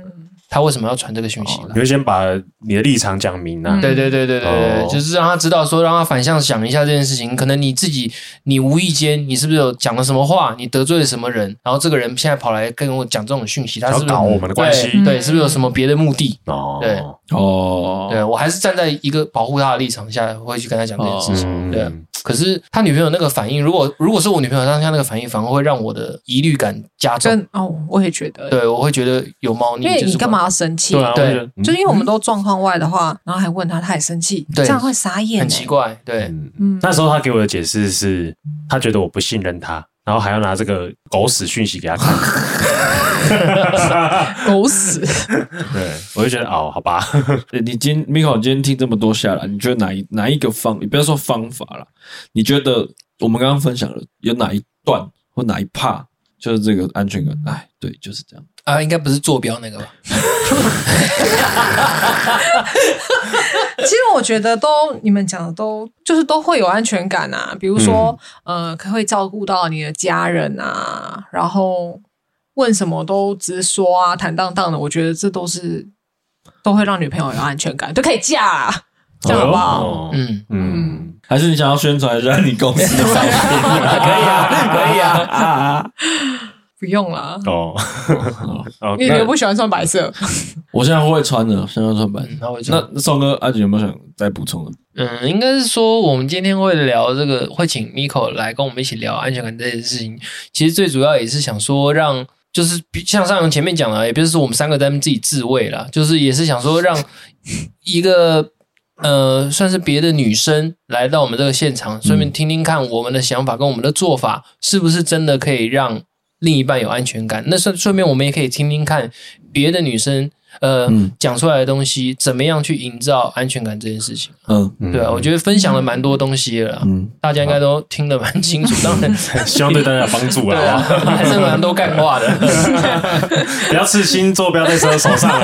S3: 她为什么要传这个讯息
S2: 哦
S3: 来
S2: 你？会先把你的立场讲明啊
S4: 嗯，
S3: 对对对对对对，
S2: 哦
S3: 就是让她知道说，让她反向想一下这件事情。可能你自己，你无意间，你是不是有讲了什么话，你得罪了什么人，然后这个人现在跑来跟我讲这种讯息，他
S2: 想
S3: 是
S2: 要
S3: 不是
S2: 搞我们的关系
S3: 对对，是不
S4: 嗯
S3: 是有什么别的目的？
S2: 哦，
S3: 对
S2: 啊
S1: 哦，
S3: 对我还是站在一个保护他的立场下，会去跟他讲这件事情。
S2: 嗯，
S3: 对啊可是他女朋友那个反应，如果如果是我女朋友当下那个反应，反而会让我的疑虑感加重。
S4: 真哦，我也觉得，
S3: 对，我会觉得有猫腻。
S4: 因为
S3: 就是
S4: 你
S3: 我
S4: 干？嘛要生气？
S2: 对啊，
S3: 对
S2: 我觉得
S1: 嗯
S4: 就因为我们都状况外的话，然后还问他，他也生气，
S3: 对
S4: 这样会傻眼、欸，
S3: 很奇。怪，对，
S2: 嗯，
S4: 嗯，
S2: 那时候他给我的解释是，他觉得我不信任他，然后还要拿这个狗屎讯息给他看。
S4: 狗屎！
S2: 对，我就觉得哦，好吧，
S1: 对你今 Miko，你今天听这么多下来，你觉得哪一哪一个方，你不要说方法啦，你觉得我们刚刚分享的有哪一段或哪一 part 就是这个安全感？哎，对，就是这样。
S3: 啊，应该不是坐标那个吧？
S4: 其实我觉得都你们讲的都就是都会有安全感啊，比如说、
S1: 嗯
S4: 呃，可会照顾到你的家人啊，然后问什么都直说啊，坦荡荡的，我觉得这都是都会让女朋友有安全感，就可以嫁、
S1: 哦
S4: 啊，这样好不 好？
S2: 哦
S3: 嗯，
S2: 嗯，
S1: 还是你想要宣传一下你公司的 商品？
S3: 可以啊，可以啊。
S4: 不用啦，
S2: 哦，哦，
S4: 因为
S2: 那
S4: 我不喜欢穿白 色。
S1: 我现在会穿的，现在穿白。
S3: 嗯那我就
S1: 那宋哥、阿锦有没有想再补充的？
S3: 嗯，应该是说我们今天会聊这个，会请 Miko 来跟我们一起聊安全感这件事情。其实最主要也是想说让。就是比像上文前面讲的，啊也不是说我们三个在那边自己自慰啦，就是也是想说让一个呃，算是别的女生来到我们这个现场，顺便听听看我们的想法跟我们的做法是不是真的可以让另一半有安全感。那顺顺便我们也可以听听看别的女生呃、
S1: 嗯
S3: 讲出来的东西，怎么样去营造安全感这件事情。
S1: 嗯
S2: 嗯
S3: 对啊，我觉得分享了蛮多东西了啦，
S1: 嗯，
S3: 大家应该都听得蛮清楚。当然，
S2: 希望对大家有帮助
S3: 对啊，
S2: 啦，
S3: 还是蛮多干话的。
S2: 不要刺青，坐标在车手上啊，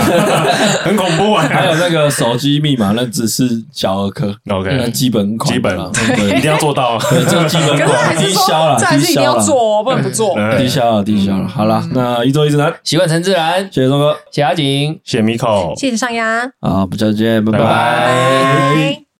S2: 很恐怖
S1: 还
S2: 啊。
S1: 有那个手机密码，那只是小儿科，
S4: 嗯
S1: 那
S2: OK，
S1: 基本款
S2: 基本
S1: 啦嗯
S2: 一
S1: 啊 对，
S2: 定要做到啊。
S1: 对， 这基本
S4: 可是还
S1: 款低
S4: 是
S1: 消
S4: 说，
S1: 啦，
S4: 这还
S1: 低
S4: 是一定
S1: 消
S4: 要
S1: 啦。
S4: 做、哦，不能不做。
S2: 嗯
S1: 低消了，低消了。好了，那一周一直难，
S3: 习惯陈自然，
S1: 谢谢钟哥
S3: 谢谢阿景，
S2: 谢谢 Miko，
S4: 谢谢上扬，
S1: 啊，不再见，拜
S2: 拜
S1: 拜
S4: 拜。